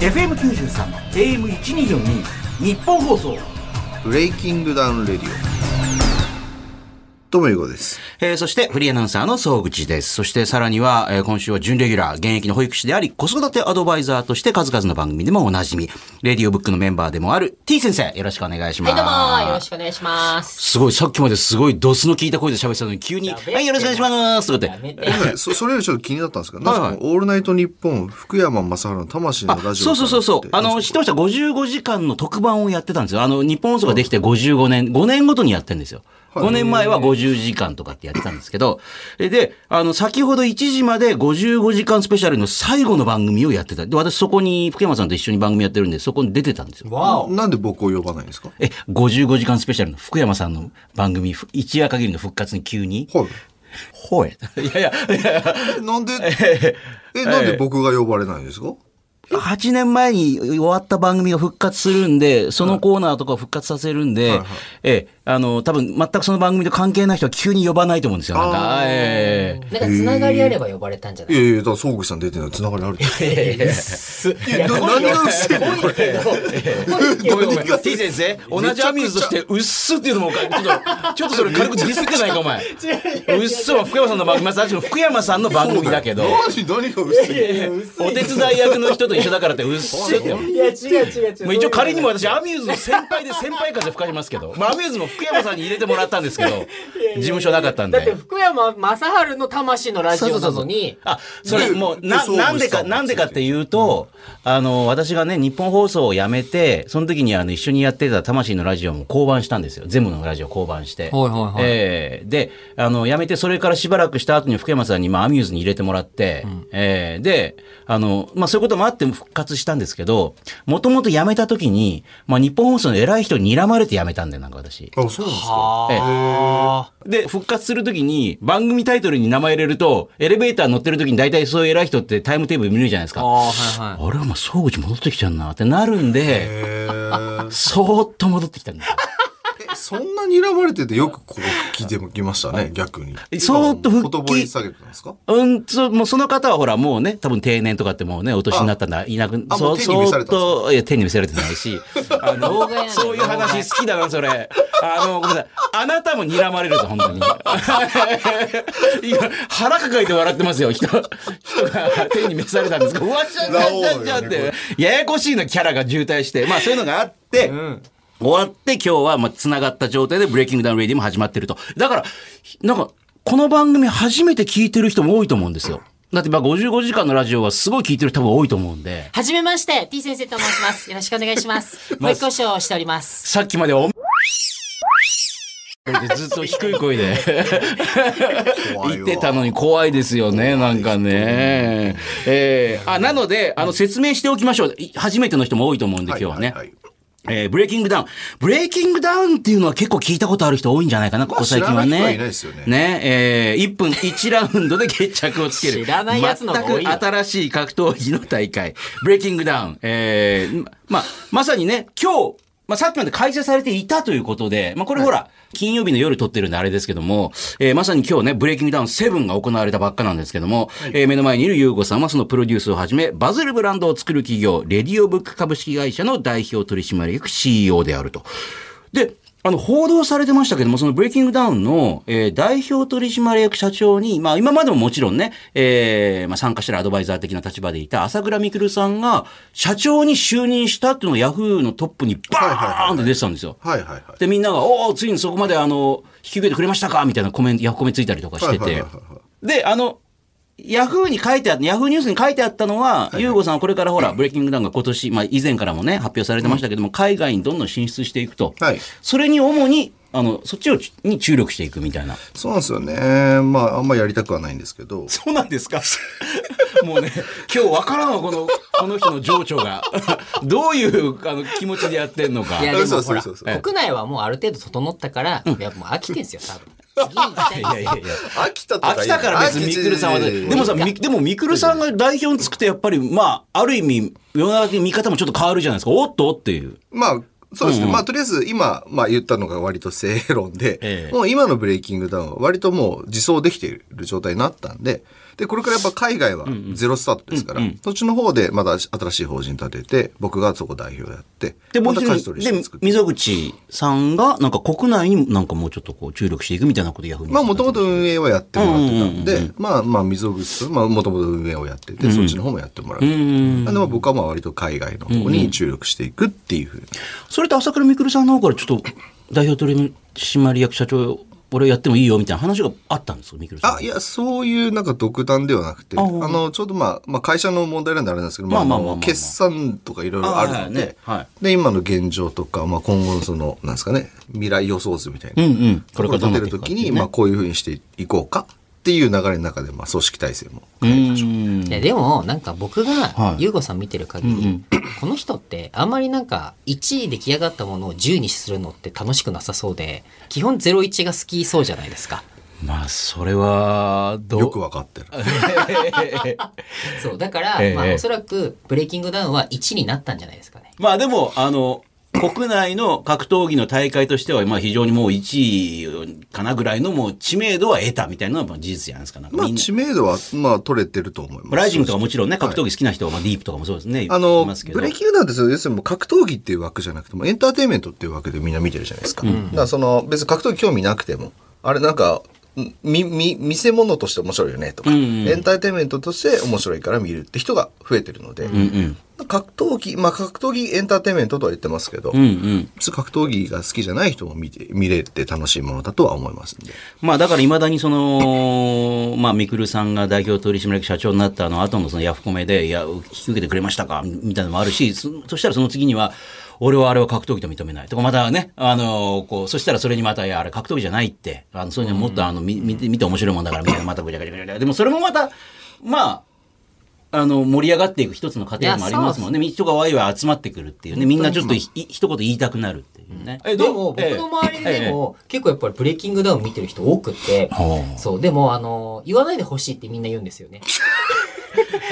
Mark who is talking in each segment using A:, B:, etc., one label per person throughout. A: FM93 AM1242 日本放送
B: ブレイキングダウンレディオ。ともゆうごです。
C: えーそして、フリーアナウンサーの総口です。そして、さらには、えー今週は準レギュラー、現役の保育士であり、子育てアドバイザーとして数々の番組でもおなじみ、レディオブックのメンバーでもある T 先生、よろしくお願いしま
D: は
C: す。
D: い、どうも、よろしくお願いします。
C: すごい、さっきまですごいドスの効いた声で喋ってたのに、急に、
D: やべえ
C: はい、よろしくお願いしますとかって
D: や。めて。
B: ごめんなさいそそれよりちょっと気になったんですけど、なんか
C: はいはい
B: このオールナイトニッポン、福山雅治の魂のラジオ
C: そうそうそうそう。あの、知ってました ?55 時間の特番をやってたんですよ。あの、日本放送ができて55年、5年ごとにやってるんですよ。5年前は50時間とかってやってたんですけど、えで、あの、先ほど1時まで55時間スペシャルの最後の番組をやってた。で、私そこに福山さんと一緒に番組やってるんで、そこに出てたんですよ。
D: わお。
B: なんで僕を呼ばないんですか
C: え、55時間スペシャルの福山さんの番組、ふ一夜限りの復活に急に、
B: はい。
C: ほえ。いやいや、いやいや
B: えなんで、え、なんで僕が呼ばれないんですか
C: 8年前に終わった番組が復活するんで、そのコーナーとかを復活させるんで、ええ、あの、多分全くその番組と関係ない人は急に呼ばないと思うんですよ。なんか、え
D: なんか、つながりあれば呼ばれたんじゃないい
B: やいや、だから、総口さん出てないつながりある。い
D: す
B: や、な何がうっせえのこれ。
C: え。ごめんごめん。T 先生、同じアミューズとして、うっすっていうのもおかしい、ちょっと、ちょっとそれ軽くディスってないか、お前。うっすは福山さんの番組、まさの福山さんの番組だけど、
B: 何、何がうっせえ
C: お手伝い役の人と一緒だからって、うっすって。
D: いや、違う違う違う。
C: まあ、一応仮にも私アミューズの先輩で先輩風吹かしますけど、まあ、アミューズも福山さんに入れてもらったんですけど事務所なかったん
D: だって、
C: で。
D: 福山雅治の魂のラジオなのに、
C: あ、それ
B: で
C: もう、
B: で
C: な、
B: そう
C: なんで
B: そ
C: か、
B: う
C: なんでかっていうと、あの、私がね、日本放送を辞めて、その時にあの、一緒にやってた魂のラジオも降板したんですよ。全部のラジオ降板して。
D: はいはいはい
C: えーで、あの、辞めて、それからしばらくした後に福山さんに、まあ、アミューズに入れてもらって、えーで、あの、まあ、そういうこともあって復活したんですけど、もともと辞めた時に、まあ、日本放送の偉い人に睨まれて辞めたんだよ、なんか私。
B: あ、そうなんですか
C: ええで、復活するときに番組タイトルに名前入れると、エレベーター乗ってるときに大体そういう偉い人ってタイムテーブル見るじゃないですか。あ
D: はい
C: れはまあ、総口戻ってきちゃうなってなるんで、
B: えー
C: そーっと戻ってきたんですよ。
B: えそんなに睨まれててよくここ聞いてきましたね、逆に。
C: そーっと復帰
B: ほとぼり下げてたんですか
C: うん、そ、もうその方はほら、もうね、多分定年とかってもうね、お年になったんだ、いなく、
B: あもう手に
C: そ
B: 召
C: う
B: されたんですか
C: そっと、いや、手に見せられてない し、あ
D: 老害や
C: の、
D: ね
C: そういう話好きだな、それ。あの、ごめんなさい。あなたも睨まれるぞ、本当に。今、腹抱えて笑ってますよ、人、人が手に召されたんですか。うわちゃちゃちゃちゃって、ややこしいな、キャラが渋滞して。まあ、そういうのがあって、終わって今日はまあ繋がった状態でブレイキングダウンレディも始まってると。だから、なんか、この番組初めて聞いてる人も多いと思うんですよ。だってまあ55時間のラジオはすごい聞いてる人も多いと思うんで、
D: はじめまして、T 先生と申します。よろしくお願いします。もう一個賞をしております。
C: さっきまでお、ずっと低い声で
B: 怖い
C: 言っ
B: わ
C: てたのに怖いですよね、なんかね。えー、あ、なので、あの説明しておきましょう。い初めての人も多いと思うんで今日はね
B: い。いい
C: えーブレイキングダウン。ブレイキングダウンっていうのは結構聞いたことある人多いんじゃないかな、ここ最近はね。
B: 知らない人はいないですよね
C: えー1分1ラ ウンドで決着をつける。
D: 知らないやつの方が多いよ
C: 全く新しい格闘技の大会。ブレイキングダウン。えーま、まさにね、今日、まあ、さっきまで開催されていたということで、まあ、これほら、金曜日の夜撮ってるんであれですけども、えーまさに今日ね、ブレイキングダウン7が行われたばっかなんですけども、えー目の前にいる優子さんはそのプロデュースをはじめ、バズるブランドを作る企業、レディオブック株式会社の代表取締役 CEO であると。で、あの、報道されてましたけども、そのブレイキングダウンの、えー代表取締役社長に、まあ、今までももちろんね、えーまあ、参加したらアドバイザー的な立場でいた朝倉未来さんが、社長に就任したっていうのがヤフーのトップにバーンって出てたんですよ。
B: はいはいはい。
C: で、みんなが、おお、ついにそこまで、あの、引き受けてくれましたかみたいなコメント、ヤフコメついたりとかして
B: はいはい
C: て
B: はいは。
C: で、あの、ヤフーに書いてあった、ヤフーニュースに書いてあったのは、ユーゴさんはこれからほら、ブレイキングダウンが今年、まあ以前からもね、発表されてましたけども、海外にどんどん進出していくと。
B: はい
C: それに主に、あの、そっちをちに注力していくみたいな。
B: そうなんですよね。まあ、あんまやりたくはないんですけど。
C: そうなんですかもうね、今日わからんわ、この、この人の情緒が。どういう、あの、気持ちでやってんのか。
D: いや、
B: あ
D: で
B: そ
D: も
B: う
D: ほ
B: そう
D: ら、
B: そうそう
D: 国内はもうある程度整ったから、いや、もう飽きてんすよ、多分。次行きたいです。
C: やいや。
B: 秋田とか
C: 飽きたから別にミクルさんはね。でもさ、みでもミクルさんが代表につくとやっぱり、まあ、ある意味、世の中の見方もちょっと変わるじゃないですか。おっとっていう。
B: まあ、そうですね。まあ、とりあえず今、まあ言ったのが割と正論で、
C: ええ
B: もう今のブレイキングダウンは割ともう自走できている状態になったんで、で、これからやっぱ海外はゼロスタートですから、そっちの方でまた新しい法人立てて、僕がそこ代表やって、
C: で、もう
B: ま
C: 一
B: た舵
C: 人、
B: 取りして
C: で
B: 作っ、て
C: 溝口さんが、なんか国内になんかもうちょっとこう注力していくみたいなことヤフーニュー
B: まあ、
C: ス
B: もともと運営はやってもらってたんで、
C: うん
B: まあ、まあ、溝口さん、まあ、もともと運営をやってて、そっちの方もやってもらう。
C: ん
B: なんで、まあ、僕はまあ割と海外の方に注力していくっていうふうに。
C: それと朝倉未来さんの方からちょっと代表取締役社長俺やってもいいよみたいな話があったんですよ、みくるさん。
B: あ、いや、そういうなんか独断ではなくて、
C: あ
B: あ
C: ほう
B: の、ちょうどまあ、まあ、会社の問題なんであれなんですけど、
C: まあまあ
B: の
C: まあまあ
B: 決算とかいろいろあるので、
C: あはいはい
B: で、今の現状とか、まあ、今後のその、なんですかね、未来予想図みたい
C: うん
B: な、
C: うん。
B: これを立てるときに、まあ、こういうふうにしていこうかっていう流れの中で、まあ、組織体制も。
C: あ、うん。
D: いやでもなんか僕
C: は
D: が
C: い
D: 優吾さん見てる限り、この人ってあんまりなんか1位出来上がったものを10にするのって楽しくなさそうで基本01が好きそうじゃないですか
C: まあ、それは、どう
B: よくわかってる。
D: そうだから、
C: ええ
D: まあ、おそらくブレイキングダウンは1になったんじゃないですかね
C: まあでも、あの、国内の格闘技の大会としては、まあ非常にもう1位かなぐらいのもう知名度は得たみたいなのはまあ事実じゃないですか。なんか
B: まあ、
C: みんな
B: 知名度は、まあ、取れてると思います。
C: ライジングとかもちろんね、格闘技好きな人は、まあディープとかもそうですね。
B: あ
C: い
B: の
C: ますけ、ど
B: ブレイキングダウンですよ。要するにもう格闘技っていう枠じゃなくても、エンターテインメントっていう枠でみんな見てるじゃないですか。だからその、別に格闘技興味なくても、あれなんか、んみ、み、見せ物として面白いよねとか、エンターテインメントとして面白いから見るって人が増えてるので、格闘技、まあ格闘技エンターテインメントとは言ってますけど、
C: うんうん。
B: 別に格闘技が好きじゃない人も見て、見れて楽しいものだとは思いますんで。
C: まあだからいまだにその、 まあ、みくるさんが代表取締役社長になったあの後のそのヤフコメで、いや、引き受けてくれましたかみみたいなのもあるし、そそしたらその次には、俺はあれは格闘技と認めないとか、またね、あの、こう、そしたらそれにまた、いや、あれ格闘技じゃないって、あのそういうのもっとあの、み見て、見て面白いもんだから、みたいな、またぐちゃぐちゃぐちゃぐちゃ。でもそれもまた、まあ、あの、盛り上がっていく一つの過程でもありますもんね。人がワイワイ集まってくるっていうね。みんなちょっといい一言言いたくなるっていうね。え
D: でも僕の周りで、も結構やっぱりブレイキングダウン見てる人多くって
C: はあ
D: そうでもあの言わないでほしいってみんな言うんですよね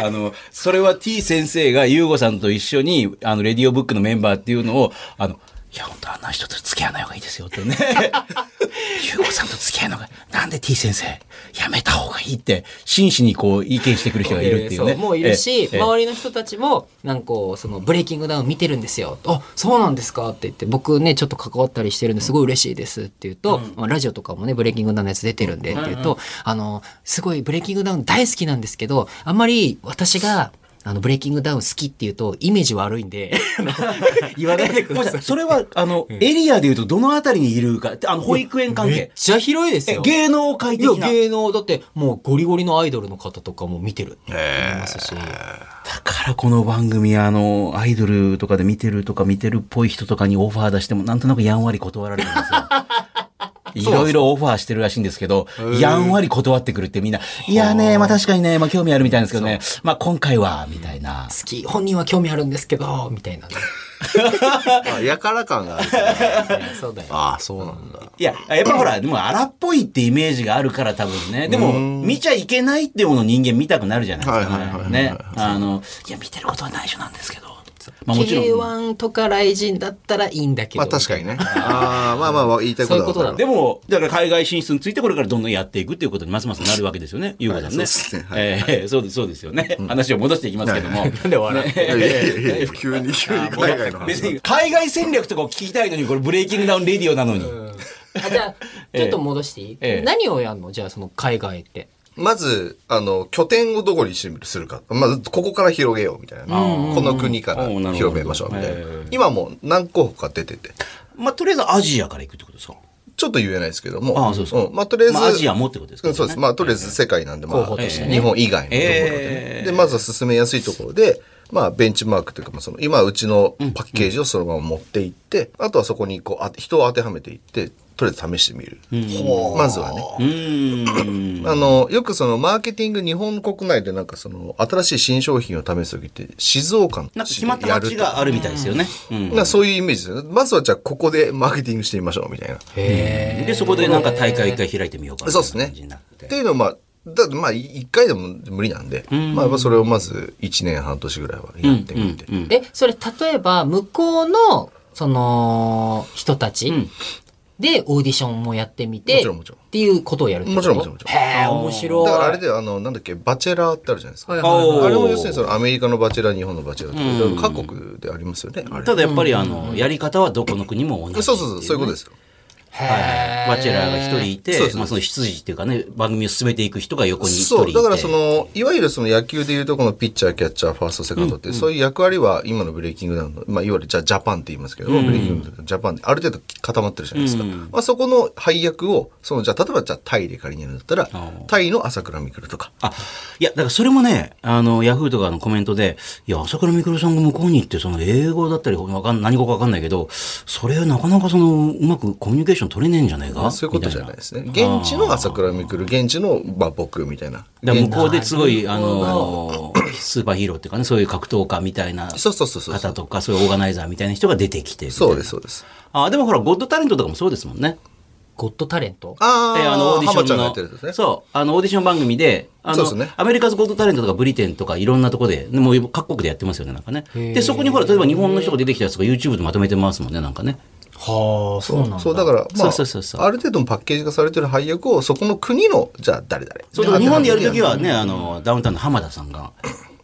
C: あの、それは T 先生がユーゴさんと一緒に、あの、レディオブックのメンバーっていうのを、あの、いや、本当あんな人と付き合わない方がいいですよって ね。ユーゴさんと付き合うのが、なんで T 先生、やめた方がいいって、真摯にこう、意見してくる人がいるっていうね。
D: えーそうもういるし、
C: ええ
D: 周りの人たちもなんかこうそのブレイキングダウン見てるんですよあそうなんですかって言って僕ねちょっと関わったりしてるんですごい嬉しいですって言うと、まあラジオとかもねブレイキングダウンのやつ出てるんでって言うと、あのすごいブレイキングダウン大好きなんですけどあんまり私があのブレイキングダウン好きっていうとイメージ悪い んであの言わないで
C: ご
D: くだ
C: めんな
D: さ
C: さ
D: い
C: い。それは、あの、エリアで言うとどのあたりにいるかって、あの、保育園関
D: めっ
C: 係。
D: ちゃ広いです
C: え
D: よ
C: 芸能界
D: いや
C: 的な。
D: 芸能だってもうゴリゴリのアイドルの方とかも見てるって言いますし、
C: だからこの番組、あの、アイドルとかで見てるとか見てるっぽい人とかにオファー出しても、なんとなくやんわり断られるん ですよ。いろいろオファーしてるらしいんですけど、やんわり断ってくるってみんな、いやね、まあ確かにね、まあ興味あるみたいなんですけどね、まあ今回は、みたいな。
D: 好き本人は興味あるんですけどみたいなね
B: あ、やから感があるから。
D: そう だよ
B: ああ、そうなんだ。
C: いや、やっぱほら、でも荒っぽいってイメージがあるから多分ね。でも、見ちゃいけないってものを人間見たくなるじゃないです
B: はいはいはい
C: か
B: はい
C: ね。
B: はい
C: ね。あの、いや、見てることは内緒なんですけど。まあもちろん。
D: K1 とか雷神だったらいいんだけど
B: まあ、確かにね。ああ、まあまあ、言いたいことはわかるわ
C: でも、だから海外進出についてこれからどんどんやっていくっていうことにますますなるわけですよね、ゆうこさんね。
B: はいそうですねはい
C: ええそうです、そうですよね。話を戻していきますけども。
D: なんで笑って
B: いやいやいやいや急に、急に海外の話
C: 別。に海外戦略とかを聞きたいのに、これブレイキングダウンレディオなのに。
D: あじゃあちょっと戻していい、
C: ええ
D: 何をやるのじゃあその海外って
B: まず、あの、拠点をどこにするか。まず、ここから広げようみたいな。この国から
C: おーなるほど
B: 広めましょうみたい
C: え
B: な
C: ー。
B: 今もう何候補か出てて。
C: まあ、とりあえずアジアから行くってことですか。
B: ちょっと言えないですけども。
C: ああそうですか
B: んまあ、とりあえず。
C: まあアジアもってことですか
B: うんそうです。まあ、とりあえず世界なんで、まあ、
D: 候補としてね
B: 日本以外のところで
C: え
B: ね。
C: ー
B: で、まずは進めやすいところで、まあ、ベンチマークというか、まあ、その、今、うちのパッケージをそのまま持っていって、あとはそこに、こうあ、人を当てはめていって、とりあえず試してみる。まずはね。
C: うーん。
B: あの、よくそのマーケティング日本国内でなんかその新しい新商品を試すときって静岡の
C: なんか決まった街があるみたいですよね。うん。
B: なそういうイメージですよね。まずはじゃあここでマーケティングしてみましょうみたいな。
D: へ
C: で、そこでなんか大会一回開いてみようかな。
B: そうですね
C: みたいな感じになっ。
B: ってていうのはまあ、だまあ一回でも無理なんで、まあやっぱそれをまず1年半年ぐらいはやってみて。
C: うん
D: えそれ例えば向こうのその人たち
C: ん
D: でオーディションもやってみて
B: もちろんもちろん
D: っていうことをやるってこ
B: も
D: と
B: ちろんもちろんもちろん
D: へえ面白い
B: だからあれであのなんだっけバチェラーってあるじゃないですか、
D: はいはいはい
C: おー
B: あれも要するにそのアメリカのバチェラー日本のバチェラーとか、各国でありますよねあれ
C: ただやっぱりあの、やり方はどこの国も同じっていね。
B: そうそうそうそういうことですよ
C: はいはい。バチェラーが一人いて、
B: そうそう
C: まあその執事っていうかね、番組を進めていく人が横に一人い
B: そう
C: て。
B: だからそのいわゆるその野球でいうとこのピッチャーキャッチャーファーストセカンドって、そういう役割は今のブレイキングダウンの、まあ、いわゆるじゃジャパンって言いますけど、ブレイキングダウンのジャパンである程度固まってるじゃないですか、まあ、そこの配役をそのじゃあ例えばじゃあタイで仮にやるんだったらタイの朝倉未来とか
C: あ、いや、だからそれもね、あの、ヤフーとかのコメントで、いや、朝倉未来さんが向こうに行って、その英語だったり、わかん何語かわかんないけど、それなかなかその、うまくコミュニケーション取れねえんじゃないか
B: そういうことじゃ
C: み
B: な
C: た
B: いですね現地の朝倉未来現地の、まあ、僕みたいな
C: だから向こう
D: な
C: ですごい、
D: な
C: あ
D: る
C: の、
D: ほ
C: スーパーヒーローっていうかね、そういう格闘家みたいな
B: そうそうそうそう
C: 方とか、そういうオーガナイザーみたいな人が出てきて。
B: そうですそうです
C: あ、でもほら、ゴッドタレントとかもそうですもんね。
D: ゴッドタレント
B: あ
C: えーあのオーディション
B: 浜ちゃん
C: の
B: がやってるんですね
C: そうあのオーディション番組であ
B: そう
C: の
B: ですね
C: アメリカズ・ゴッド・タレントとかブリテンとかいろんなとこでもう各国でやってますよねなんかねでそこにほら例えば日本の人が出てきたやつが YouTube でまとめてますもんねなんかね
D: はあそうなんだ
B: そうだから、まあ、
C: そうそうそうそう
B: ある程度のパッケージ化されてる配役をそこの国のじゃあ誰々
C: そうだから日本でやるときはねあのダウンタウンの浜田さんが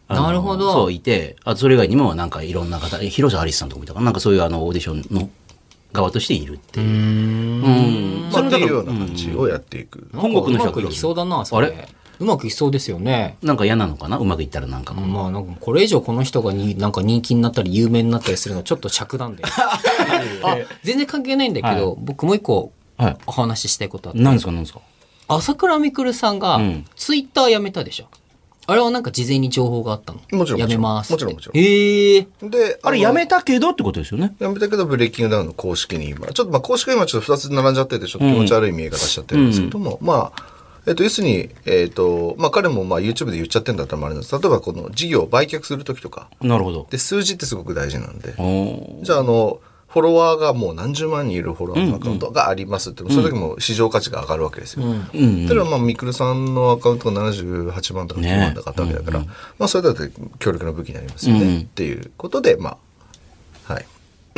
C: あの
D: なるほど
C: そういてあとそれ以外にもなんかいろんな方え広瀬アリスさんとかもいたかななんかそういうあのオーディションの側としているっていううん
B: まあ、
C: も
B: っ
C: だ
B: て
C: から
B: いうような感じをやっていく、
C: 本国の人
D: うまくいきそうだなそ
C: あ
D: れ
C: れ
D: うまくいきそうですよね
C: なんか嫌なのかなうまくいったらなんかこう
D: まあなんかこれ以上この人がになんか人気になったり有名になったりするのはちょっと尺な んであ全然関係ないんだけど、僕もう一個
C: はい
D: お話ししたいことあって
C: 何ですか何ですか
D: 朝倉未来さんが
C: ん
D: ツイッターやめたでしょ、あれはなんか事前に情報があったの
B: もちろん
D: やめます
B: もちろんもちろん
D: へー
B: で
C: あれ
B: の
C: やめたけどってことですよね
B: やめたけど、ブレイキングダウンの公式に今、ちょっとまあ公式は今ちょっと2つ並んじゃってて、ちょっと気持ち悪い見え方しちゃってるんですけども、まあ、えっと、要するに、えっと、まあ彼もまあ YouTube で言っちゃってんだったらもあれなんです例えばこの事業を売却するときとか、
C: なるほど
B: で、数字ってすごく大事なんで、
C: お
B: じゃあ、あの、フォロワーがもう何十万人いるフォロワーのアカウントがありますって、その時も市場価値が上がるわけですよ。
C: ーうん
B: 例えば、まあ、ミクルさんのアカウントが78万とか9万とかあったわけだから、まあ、それだって強力な武器になりますよね、
C: うん
B: っていうことで、まあ、はい。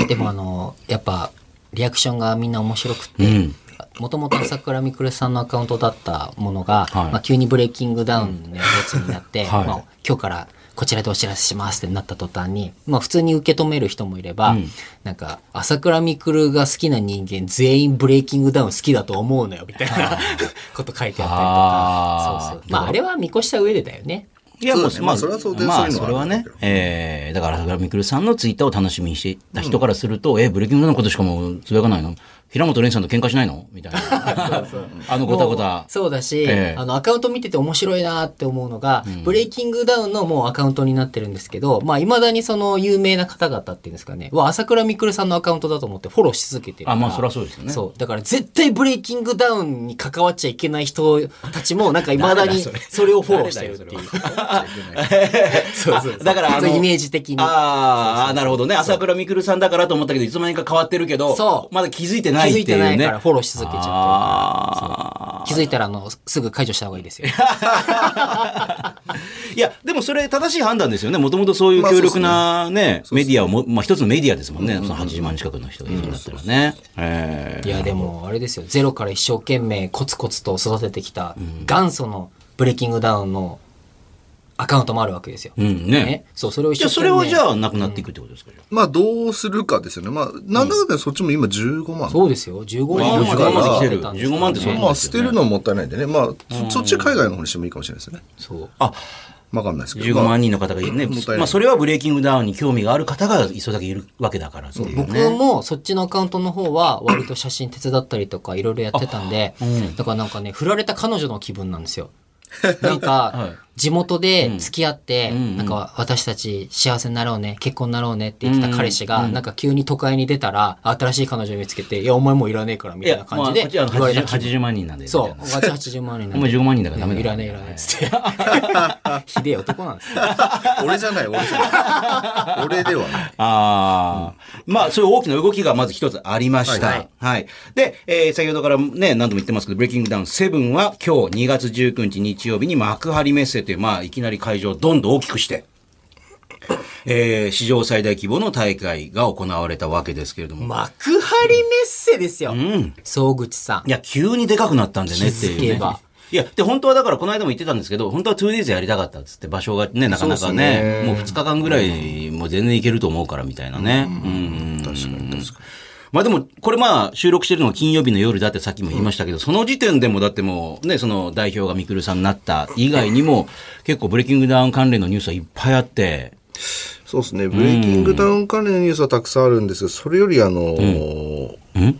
D: でもあのやっぱリアクションがみんな面白く
C: う
D: て
C: ん
D: もともと朝倉未来さんのアカウントだったものが、
C: はい
D: まあ、急にブレイキングダウンのやつになって、
C: はい
D: まあ、今日からこちらでお知らせしますってなった途端に、まあ、普通に受け止める人もいれば、なんか朝倉未来が好きな人間全員ブレイキングダウン好きだと思うのよみたいな こと書いてあったりとか
C: あー
D: そうそうまあ、あれは見越した上でだよね。
C: いや
B: そう
C: も
B: ですねまあそれは想定するのは
C: まあそれは
B: ある
C: ね
B: んだけど
C: えーだから朝倉未来さんのツイッターを楽しみにしていた人からすると、えブレイキングダウンのことしかもうつぶやかないの平本蓮さんと喧嘩しないのみたい なあのごたご
D: も
C: た
D: うそうだし、
C: ええ
D: あのアカウント見てて面白いなって思うのが、ブレイキングダウンのもうアカウントになってるんですけどまあいまだにその有名な方々っていうんですかねは朝倉未来さんのアカウントだと思ってフォローし続けてるから
C: あまあそりゃそうですよね
D: そうだから絶対ブレイキングダウンに関わっちゃいけない人たちもなんかい まだにそれをフォローしてるっていうそうそうそ う
C: だからあの
D: イメージ的に
C: あーあーなるほどね朝倉未来さんだからと思ったけどいつの間にか変わってるけど
D: そう
C: まだ気づいて
D: 気
C: ない
D: づ
C: っ
D: い
C: てい
D: て
C: う
D: ない
C: ね
D: からフォローし続けちゃってるから
C: あー
D: 気づいたらあのすぐ解除した方がいいです よ
C: いやでもそれ正しい判断ですよねもともとそういう
B: まあそ
C: 強
B: うです
C: 力な
B: ね
C: ねメディアをも、まあ、一つのメディアですもんね、その80万近くの人がいるんだったらね、えー
D: いやでもあれですよゼロから一生懸命コツコツと育ててきた元祖のブレイキングダウンのアカウントもあるわけですよ。
C: うんね
D: そうそれを一
C: じゃあ
D: 生
C: そ
D: 懸命
C: れをじゃあなくなっていくってことですか、
B: まあどうするかですよね。まあ、なんだかんだそっちも今15万。
D: そうですよ15万
B: まあ
D: まで
B: 15万まで来て
C: る
D: たんですから
C: 15万ってそう
B: まあ捨てるのはもったいないんでね。まあ、そそっち海外の方にしてもいいかもしれないですよね。
D: そう
C: あ
B: わかんないですけど。
C: 15
B: まあ
C: 万人の方がいるね、
B: もったいない
C: まあ、それはブレイキングダウンに興味がある方がそれだけいるわけだからっていうね
D: 僕もそっちのアカウントの方は割と写真手伝ったりとかいろいろやってたんで、だからなんかね振られた彼女の気分なんで すよ。なんか地元で付き合って、なんか私たち幸せになろうね結婚になろうねって言ってた彼氏が、なんか急に都会に出たら新しい彼女見つけて「いやお前もういらねえから」み
C: い
D: たいな
C: や、まあ、こ
D: 感じ
C: っ
D: で
C: ちは
D: 言われた
C: 80
D: 気分
C: 80万人なんで
D: そ
C: み
D: う
C: たいな
D: 私80万人なん
C: お前
D: で
C: 15万人だからダメだ
D: いらねえいらねえっつって ひでえ男なんですよ
B: 俺じゃない、俺じゃない。俺ではない。
C: ああ、まあ、そういう大きな動きがまず一つありました。は
B: はいい。
C: で、えー先ほどからね、何度も言ってますけど、ブレイキングダウン7は今日2月19日日曜日に幕張メッセという、まあ、いきなり会場をどんどん大きくして、えー史上最大規模の大会が行われたわけですけれども。
D: 幕張メッセですよ。
C: うん。
D: 総口さん
C: い。や、急にでかくなったんでねっていう、ね。
D: 気づけば
C: いや、で、本当はだから、この間も言ってたんですけど、本当は 2days やりたかったっつって、場所がね、なかなかね、もう2日間ぐらい、もう全然いけると思うからみたいなね。うん。確かに確かに。まあでも、これまあ、収録してるのが金曜日の夜だってさっきも言いましたけど、その時点でもだってもう、ね、その代表がみくるさんになった以外にも、結構ブレイキングダウン関連のニュースはいっぱいあって、
B: そうですね。ブレイキングダウン関連のニュースはたくさんあるんですが、それよりあのー、
C: ん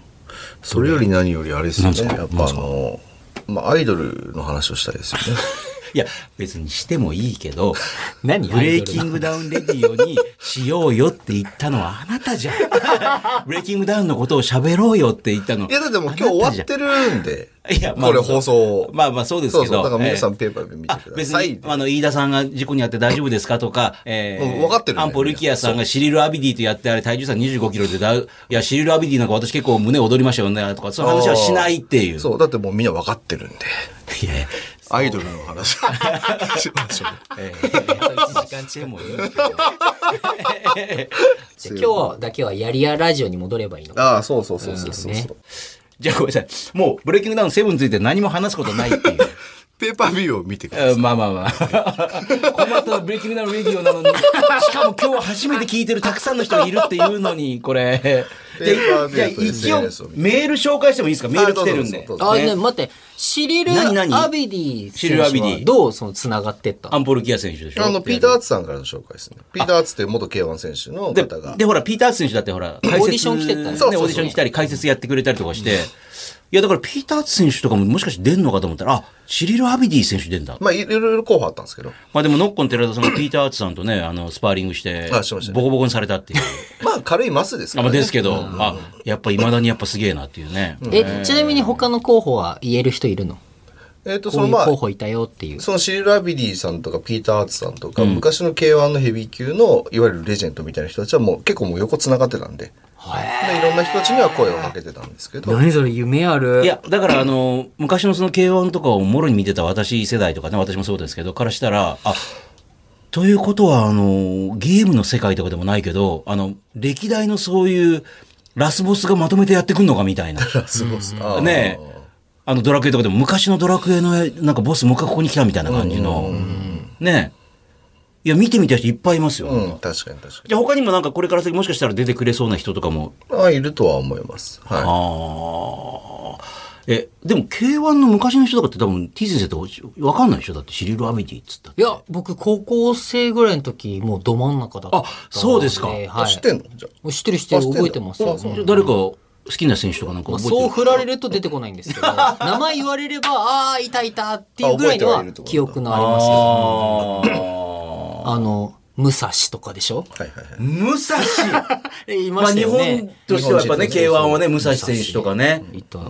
B: それより何よりあれですよね。やっぱあのー、まあ、アイドルの話をしたいですよね。
C: いや、別にしてもいいけ ど、
D: 何
C: ブレイキングダウンレディオにしようよって言ったのはあなたじゃ ん。ブレイキングダウンのことを喋ろうよって言ったの。
B: いや、だってもう今日終わってるんで、
C: いやまあ
B: これ放送。
C: まあまあそうですけど。
B: そうそうだから皆さん
C: えー
B: ペーパーで見て
C: あ
B: くだ
C: 別
B: さい。
C: に、あの、飯田さんが事故にあって大丈夫ですかと か、え
B: うん分かってるんだよ
C: アンポルキアさんがシリル・アビディとやって、あれ体重差25キロでだ、いや、シリル・アビディなんか私結構胸躍りましたよね、とか、そういう話はしないっていう。
B: そう、だってもうみんな分かってるんで。
C: いやいや
B: アイドルの 話。 しましょう
C: え1時間してもいいけど。
D: じゃあ今日だけはやりやラジオに戻ればいいのか。
B: ああ、そうそうそうそうそうそう、
D: ね
C: じゃあごめんなさい。もう、ブレイキングダウン7について何も話すことないっていう。
B: ペーパービューを見てください。
C: えーまあまあ まあ。この後はブレイキングダウンレディオなのに、しかも今日は初めて聞いてるたくさんの人がいるっていうのに、これ。
B: ペーパービ
C: じゃあ
B: ューという
C: 一応
B: SNS を見て
C: メール紹介してもいいですかメール来てるん
B: あ
C: で
B: どう。ぞどうぞどうぞ
D: あ、
C: ね
D: ね、待って、シリル・
C: 何何
D: アビディ
C: シリ
D: 選
C: ルアビ
D: 手
C: デ
D: は
C: ィ
D: どうその繋がってった
C: アンポルキア選手でしょ
B: あの、ピーター・アーツさんからの紹介ですね。ピーター・アーツという元 K1 選手の方が
C: で、。でほら、ピーターズ選手だってほら、解説
D: オーディション来てたよね
C: ね
D: そうそう
B: そう
C: オーディション来たり、解説やってくれたりとかして、いや、だからピーターズ選手とかももしかして出んのかと思ったら、あ、シリル・アビディ選手出んだ。
B: まあ、いろいろ候補あったんですけど。
C: まあでも、ノッコン寺田さんがピーター・アーツさんとね、あの、スパーリングして
B: あしました、ね
C: ボコボコにされたっていう。
B: まあ、軽いマスですか
C: あま
B: ら
C: あ、
B: ね。
C: ですけど、あ、やっぱ未だにやっぱすげえなっていうね。
D: え、ちなみに他の候補は言える人いるの
B: えっと、そ
D: こ
B: の
D: ういう
B: まあ
D: 候、補いたよっていう。
B: そのシリル・アビディさんとかピーター・アーツさんとか、昔の K1 のヘビー級のいわゆるレジェンドみたいな人たちはもう結構もう横繋がってたんででいろんな人たちには声をかけてたんですけど
D: 何それ夢ある
C: いや、だからあの、昔のその K1 とかをもろに見てた私世代とかね、私もそうですけど、からしたら、あ、ということはあの、ゲームの世界とかでもないけど、あの、歴代のそういうラスボスがまとめてやってくんのかみたい な。
B: すごいっすあー
C: ねえあの、ドラクエとかでも昔のドラクエの、なんかボスもう一回ここに来たみたいな感じの、ねえいや、見てみた人いっぱいいますよ。
B: うん確かに確か
C: じゃあ他にもなんかこれから先もしかしたら出てくれそうな人とかも
B: にあいるとは思いますは
C: ああ。え、でも K1 の昔の人とかって多分 T 先生ってわかんないでしょだってシリル・アビディっつったって
D: いや、僕、高校生ぐらいの時、もうど真ん中だったんで。
C: あそうですか
B: い、
D: はい。
B: 知ってんのじゃあ
D: もう知ってる知って
B: あ知
D: る、
B: ってんだ
D: 覚えてますよ。
B: あそう
D: うん
C: 誰か好きな選手とかなんか
D: まあ
C: 覚え
D: そう
C: てる
D: 振られると出てこないんで すけど、名前言われれば、ああー、いたいたっていうぐら
B: あ覚え
D: いの
B: ては
D: はい
B: るってこと
D: 記憶のありますけど、
C: あ
D: あの、武蔵とかでしょ
B: はいはいはい
C: 武蔵
D: えい ま
C: まあ
D: した
C: 日
D: よ
C: 本
D: ね。
C: としてはやっぱね、
B: 日本人
C: K1 はね、武蔵選手とかね。
D: いた。
C: あ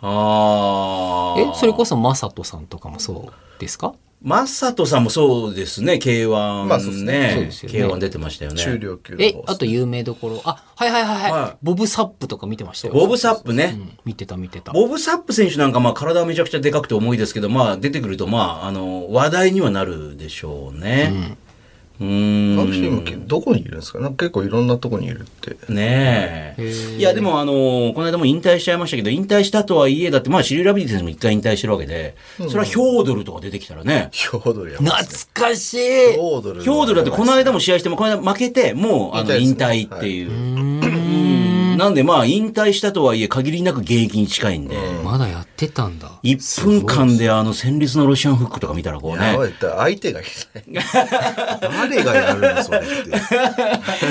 C: あ。
D: え、それこそ正人さんとかもそうですか
C: マサトさんもそうですね、K1 ね。
B: まあそうですね
D: そうですよね
C: K1 出てましたよね。
B: 中量級の
D: え
B: 方、
D: あと有名どころ。あ、はいはいはいはい。
C: はい
D: ボブサップとか見てましたよ。
C: ボブ・サップね。
D: うん見てた見てた。
C: ボブ・サップ選手なんか、まあ、体はめちゃくちゃでかくて重いですけど、まあ、出てくると、まあ、あの、話題にはなるでしょうね。うーん。
B: あの人今どこにいるんですかなんか結構いろんなとこにいるって
C: ね
D: へ
C: え。
D: ー
C: いや、でも、あの、この間も引退しちゃいましたけど、引退したとはいえ、だって、まあ、シリューラビディ選手も一回引退してるわけで、それはヒョードルとか出てきたらね。
B: ヒョードルやばい
D: 懐
B: っす
D: かしい
B: ねヒョードル
C: ヒョードルだって、この間も試合しても、この間負けて、もう、あの、引
B: 引退です
C: 退
B: ね
C: っていう。うんなんで、まあ、引退したとはいえ、限りなく現役に近いんで。
D: まだやってたんだ。
C: 1分間であの戦慄のロシアンフックとか見たらこうね
B: やばいって相手がいない誰がやるのそれ って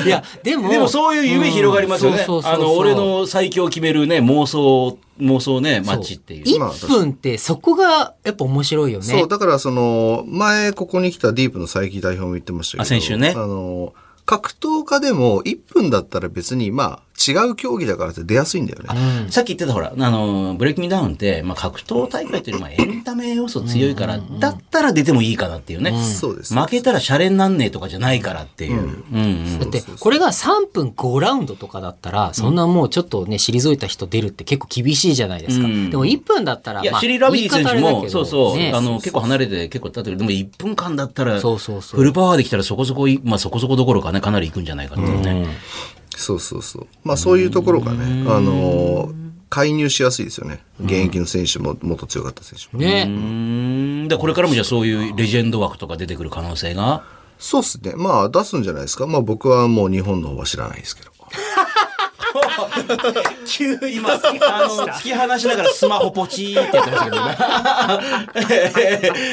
D: いや、でも。
C: でもそういう夢広がりますよ
D: う
C: ね
D: んそう。そうそう
C: あ
D: そう
C: の、俺の最強を決めるね、妄想、妄想ね、マッチっていう。
B: まあ
D: 1分ってそこがやっぱ面白いよね。
B: そう、だからその、前ここに来たディープの佐伯代表も言ってましたけど。
C: あ先週ね
B: あの、格闘家でも1分だったら別に、まあ、違う競技だからって出やすいんだよね。
C: さっき言ってたほら、あの、ブレイキングダウンって、まあ、格闘大会っていうよりまあエンタメ要素強いから、だったら出てもいいかなっていうね。
B: そうです
C: 負けたらシャレになんねえとかじゃないからっていう。うんうん
D: だってこれが3分5ラウンドとかだったらそんなもうちょっとね退いた人出るって結構厳しいじゃないですか、
C: うん
D: でも1分だったら
C: いや、
D: まあ
C: シリー・ラビー選手
D: 言い方あれだ
C: も、
D: けど
C: そうそう、
D: ね
C: あの、結構離れて、結構経ってる。でも1分間だったら、
D: そうそうそう
C: フルパワーできたらそこそこい、まあそこそこどころかね、かなりいくんじゃないかっていうね。
B: そうそうそう。まあそういうところがね、あのー介入しやすいですよね。現役の選手も、もっと強かった選手
C: う
B: も。
D: ね
C: ーん。で、これからもじゃあそういうレジェンド枠とか出てくる可能性が。
B: そうっすね。まあ出すんじゃないですか。まあ僕はもう日本の方は知らないですけ ど。
C: 急に今、あの、突き放しながらスマホポチーってやってましたけどね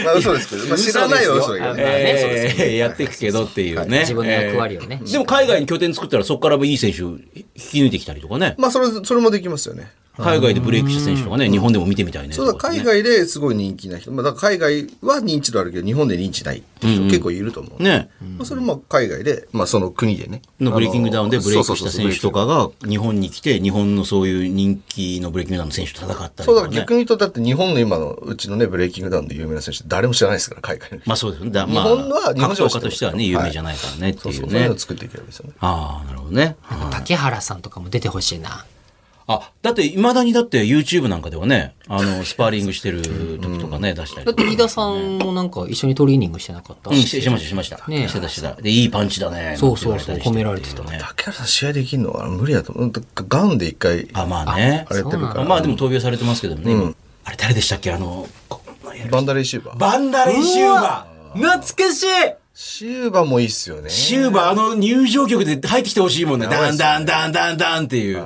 B: まあ嘘ですけどまあ知らないは嘘だけどね
C: えーやっていくけどっていうね。
D: 自分の役割をね
C: えーでも海外に拠点作ったらそこからもいい選手引き抜いてきたりとかね。
B: まあそれ、それもできますよね。
C: 海外でブレイクした選手とかね、日本でも見てみたいね。
B: そうだ、
C: とかね
B: 海外ですごい人気な人。まあだから海外は認知度あるけど、日本で認知ないっていう人結構いると思う。
C: ね。
B: まあ、それも海外で、まあその国でね。
C: のブレイキングダウンでブレイク
B: あ
C: し
B: の
C: た
B: ー
C: 選手とかが日本に来て、日本のそういう人気のブレイキングダウンの選手と戦ったり
B: そ
C: と
B: うだ
C: か
B: から
C: ね
B: 逆。に言うと、だって日本の今のうちのね、ブレイキングダウンで有名な選手、誰も知らないですから、海外の人。
C: まあそうですね。だまあ、
B: 日本は日本
C: 格
B: 人
C: 闘
B: は知ってる
C: 家としてはね、有名じゃないからねって
B: そう
C: い
B: そうう、そういう
C: ね
B: の。作っていけばいいですよね。
C: ああ、なるほどね。
D: 竹原さんとかも出てほしいな
C: あ、だって、未だにだって YouTube なんかではね、あ の、スパーリングしてる時とかね、出したりと
D: だっ
C: か。
D: て飯田さんもなんか一緒にトレーニングしてなかった、
C: うん、してしてました、してました。
D: ねえ
C: してた、してた。で、いいパンチだね。
D: そうそ
C: な
D: う
C: んて
D: そう褒め
C: 言
D: ら
C: わ
D: れ
C: れた
D: て
C: り
D: た
C: してね
B: 竹原さん試合できるのは無理だと思う。だガンで一回、
C: あ、まあね。
B: あれやってるか
D: そ
B: ら。
D: う
C: まあでも、闘病されてますけどね、今あれ、誰でしたっけあの、こ
B: バンダレーシューバー。
C: バンダレーシューバー。懐かしい
B: シューバーもいいっすよね。
C: シューバー、あの入場曲で入ってきてほしいもんね。
B: や
C: ダ
B: ばいっ
C: ン
B: すね
C: ダンダンダンダンっていう。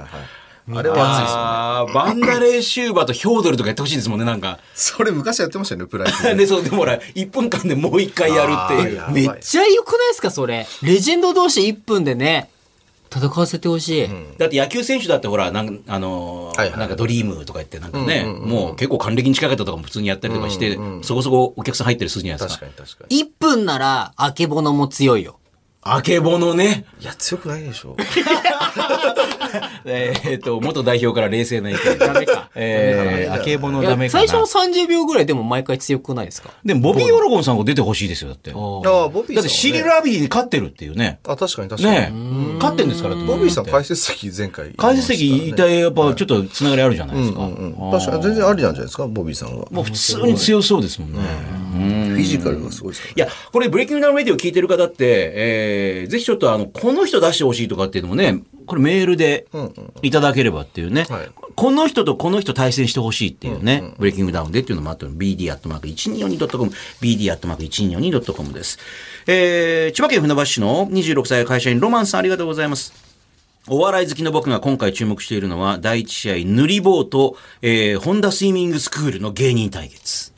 B: あれは熱いっすよね。
C: あーバンダレーシューバーとヒョードルとかやってほしいですもんね、なんか。
B: それ昔やってましたよね、プライド
C: で、そう、でもほら、1分間でもう1回やるっていう
B: あーや。ば
C: め
B: い
C: っ
D: めっちゃ良くないですかそれレジェンド同士1分でね戦わせてほしい、
C: だって野球選手だってほら、なんかあのー
B: はいはい
C: なんかドリームとか言って、なんかね、もう結構還暦に近い方とかも普通にやったりとかして、そこそこお客さん入ったりするじゃないです
B: 確
C: か
B: か。に確かに。
D: 1分ならあけぼのも強いよ
C: あけぼのね、
B: いや、強くないで しょ。
C: えーっと、元代表から冷静な意見。ダメか。えー、あけぼの
D: い
C: ダメ
D: や
C: か
D: 最
C: な。
D: 初の30秒ぐらいでも毎回強くないですか
C: でも、ボビー・オロゴンさんが出てほしいですよ、だって。
D: あー
B: ああ、ボビーさん、ね。
C: だってシリ・ラビーに勝ってるっていうね。
B: あ、確かに確かに。
C: ねえ勝ってんですからって
B: ボビーさん解説席前回。
C: 解説席いたいやっぱちょっとつながりあるじゃないですか。
B: うん確かに全然ありなんじゃないですか、ボビーさんは。
C: もう普通に強そうですもんね。
B: フィジカルがすごいですから
C: いや、これ、ブレイキングダウンレディを聞いてる方って、えー、ぜひちょっと、あの、この人出してほしいとかっていうのもね、これメールでいただければっていうね、
B: はい
C: この人とこの人対戦してほしいっていうね、ブレイキングダウンでっていうのもあったの、bd.1242.com、bd.1242.com です。えー、千葉県船橋市の26歳会社員ロマンさんありがとうございます。お笑い好きの僕が今回注目しているのは、第一試合、塗り棒と、えー、ホンダスイミングスクールの芸人対決。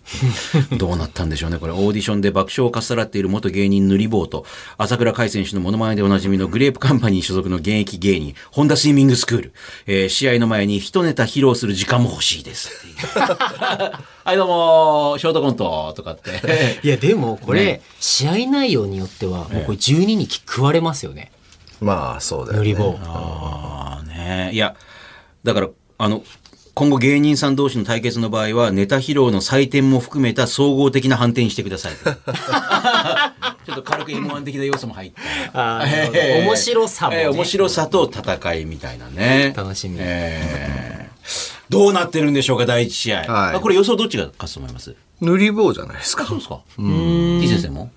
C: どうなったんでしょうね。これ、オーディションで爆笑をかっさらっている元芸人塗り棒と、朝倉海選手のモノマネでおなじみのグレープカンパニー所属の現役芸人、ホンダスイミングスクール。えー、試合の前に一ネタ披露する時間も欲しいです。はい、どうも、ショートコントとかって。
D: いやでもこれ、
C: ね
D: 試合内容によってはもうこれ12人食われますよね
B: まあ、そうだよ
D: 塗
B: ね。
D: り棒
C: ああねいやだからあの今後芸人さん同士の対決の場合はネタ披露の採点も含めた総合的な判定にしてください ちょっと軽く M1 的な要素も入って
D: あーなるほど 面白さもね
C: えー面白さと戦いみたいなね
D: 楽しみ
C: えーどうなってるんでしょうか第一試合、
B: はい
C: あこれ予想どっちが勝つと思います
B: 塗り棒じゃないです
C: あ
B: か
C: そう。ですか T 先生も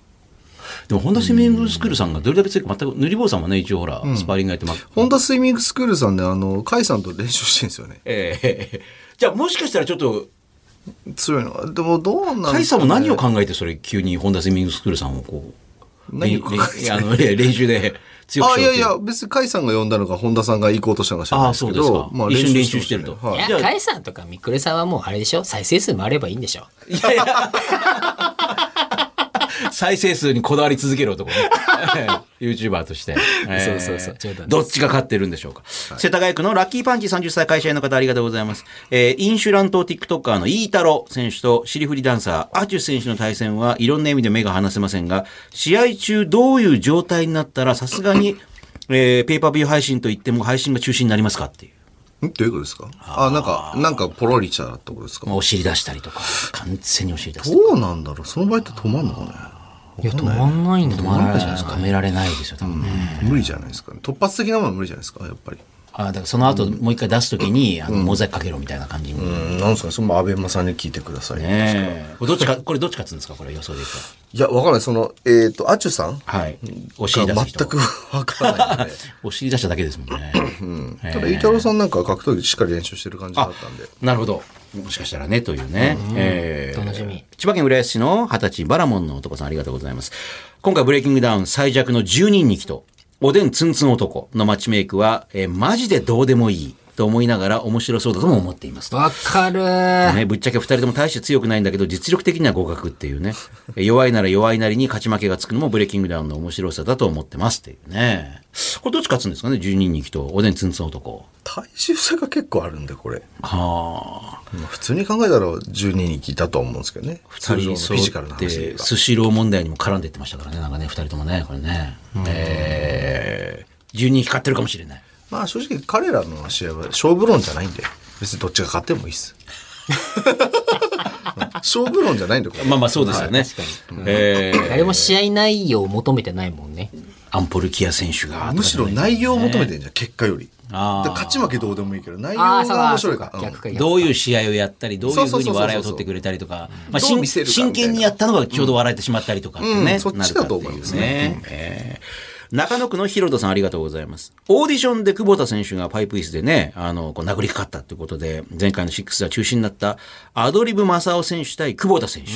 C: でも本田市民部スクールさんがどれだけ強いか全く塗り坊さんもね一応ほら、スパーリングやってます
B: ホンダスイミングスクールさんで、あの、カイさんと練習してるんですよね。
C: ええじゃあもしかしたらちょっと、
B: 強いのは。でも、どうなんですか、ね、
C: カイさんも何を考えてそれ急にホンダスイミングスクールさんをこう、
B: 何を考えて
C: れれあのれ練習で強く
B: あ、
C: し
B: い
C: ようっ
B: や
C: て。
B: いうや、別にカイさんが呼んだのか、本田さんが行こうとしたのか知らない
C: ああ、
B: です
C: そう
B: け
C: です
B: ど
C: か、。
B: まあ
C: 一緒に練習してると。
B: ましたねはい
D: い
C: じゃ
D: や
C: あ
D: 甲斐さんとかみくるさんはもうあれでしょ再生数もあればいいんでしょ
C: いやいや再生数にこだわり続ける 男ね。YouTuber として。
D: そうそうそう冗談です
C: どっちが勝ってるんでしょうか。世田谷区のラッキーパンチ30歳会社員の方ありがとうございます。えーインシュラント TikToker のイータロ選手と尻振りダンサー、アチュ選手の対戦はいろんな意味で目が離せませんが、試合中どういう状態になったらさすがにえーペーパービュー配信といっても配信が中止になりますかっていう。
B: んどういうことですかあ、なんか、なんかポロリちゃうってことですか
C: まあ、お尻出したりとか、完全にお尻出した
B: どうなんだろうその場合って止まんのかね
D: いや、止まんないんだ。
C: 止まらないじゃないですか。止められないですよ、多分ね。
B: 無理じゃないですか、ね、突発的なものは無理じゃないですかやっぱり
C: あだからその後、もう一回出すときに、あの、モザイクかけろみたいな感じに。
B: う
C: ね
B: んなんですかねその安倍マさんに聞いてください、
C: えこれどっちか、これどっち勝つんですかこれ予想でいく
B: いやわかんないそのえっ、とアチュさん
C: と。はい。お
B: が
C: 尻出す人。
B: 全く。わからないんで
C: お尻出しただけですもんね。うん。
B: ただ、イタロさんなんか格闘技しっかり練習してる感じだったんで。
C: なるほど。もしかしたらね、というね。えー
D: 楽しみ。
C: 千葉県浦安市の二十歳バラモンの男さんありがとうございます。今回ブレイキングダウン最弱の10人に来と、おでんツンツン男のマッチメイクは、えーマジでどうでもいいと思いながら面白そうだとも思っていますと。
D: わかる
C: ね、ぶっちゃけ二人とも大して強くないんだけど、実力的には互角って いうね。え弱いなら弱いなりに勝ち負けがつくのもブレイキングダウンの面白さだと思ってますっていうね。これどっち勝つんですかね ?10 人に来と、おでんツンツン男。
B: 体重差が結構あるんで、これ。
C: はあ。
B: まあ普通に考えたら12人聞いたとは思うんですけどね。普通のフィジカルな話で言えば
C: スシロー問題にも絡んでいってましたからね、なんかね、二人ともね、これね。えー、10人光ってるかもしれない。
B: まあ正直彼らの試合は勝負論じゃないんで、別にどっちが勝ってもいい です。うん勝負論じゃないんで、これ
C: まあまあそうですよね。えー
D: 誰も試合内容を求めてないもんね。
C: アンポルキア選手が。
B: むしろ内容を求めてんじゃん、結果より。だ
C: あー
B: から勝ち負けどうでもいいけど、内容
D: ああ、そ
B: が
D: う
B: 面
D: か、
B: 白
D: そう
B: い
D: か
B: か。ら。
D: 逆か、逆か。
C: どういう試合をやったり、どういうふ
B: そうう
C: に
B: そうそうそう
C: 笑いを取ってくれたりとか、まあ、
B: どう
C: 真
B: 見せるかみたい
C: 真
B: な
C: 剣にやったのがちょうど笑えてしまったりとかってね、
B: うん
C: な
B: うん
C: る
B: そっちだと思いますね
C: かっていうえー中野区のヒロトさんありがとうございます。オーディションで久保田選手がパイプ椅子でね、あの、こう殴りかかったということで、前回のシックスは中止になったアドリブ正雄選手対久保田選手。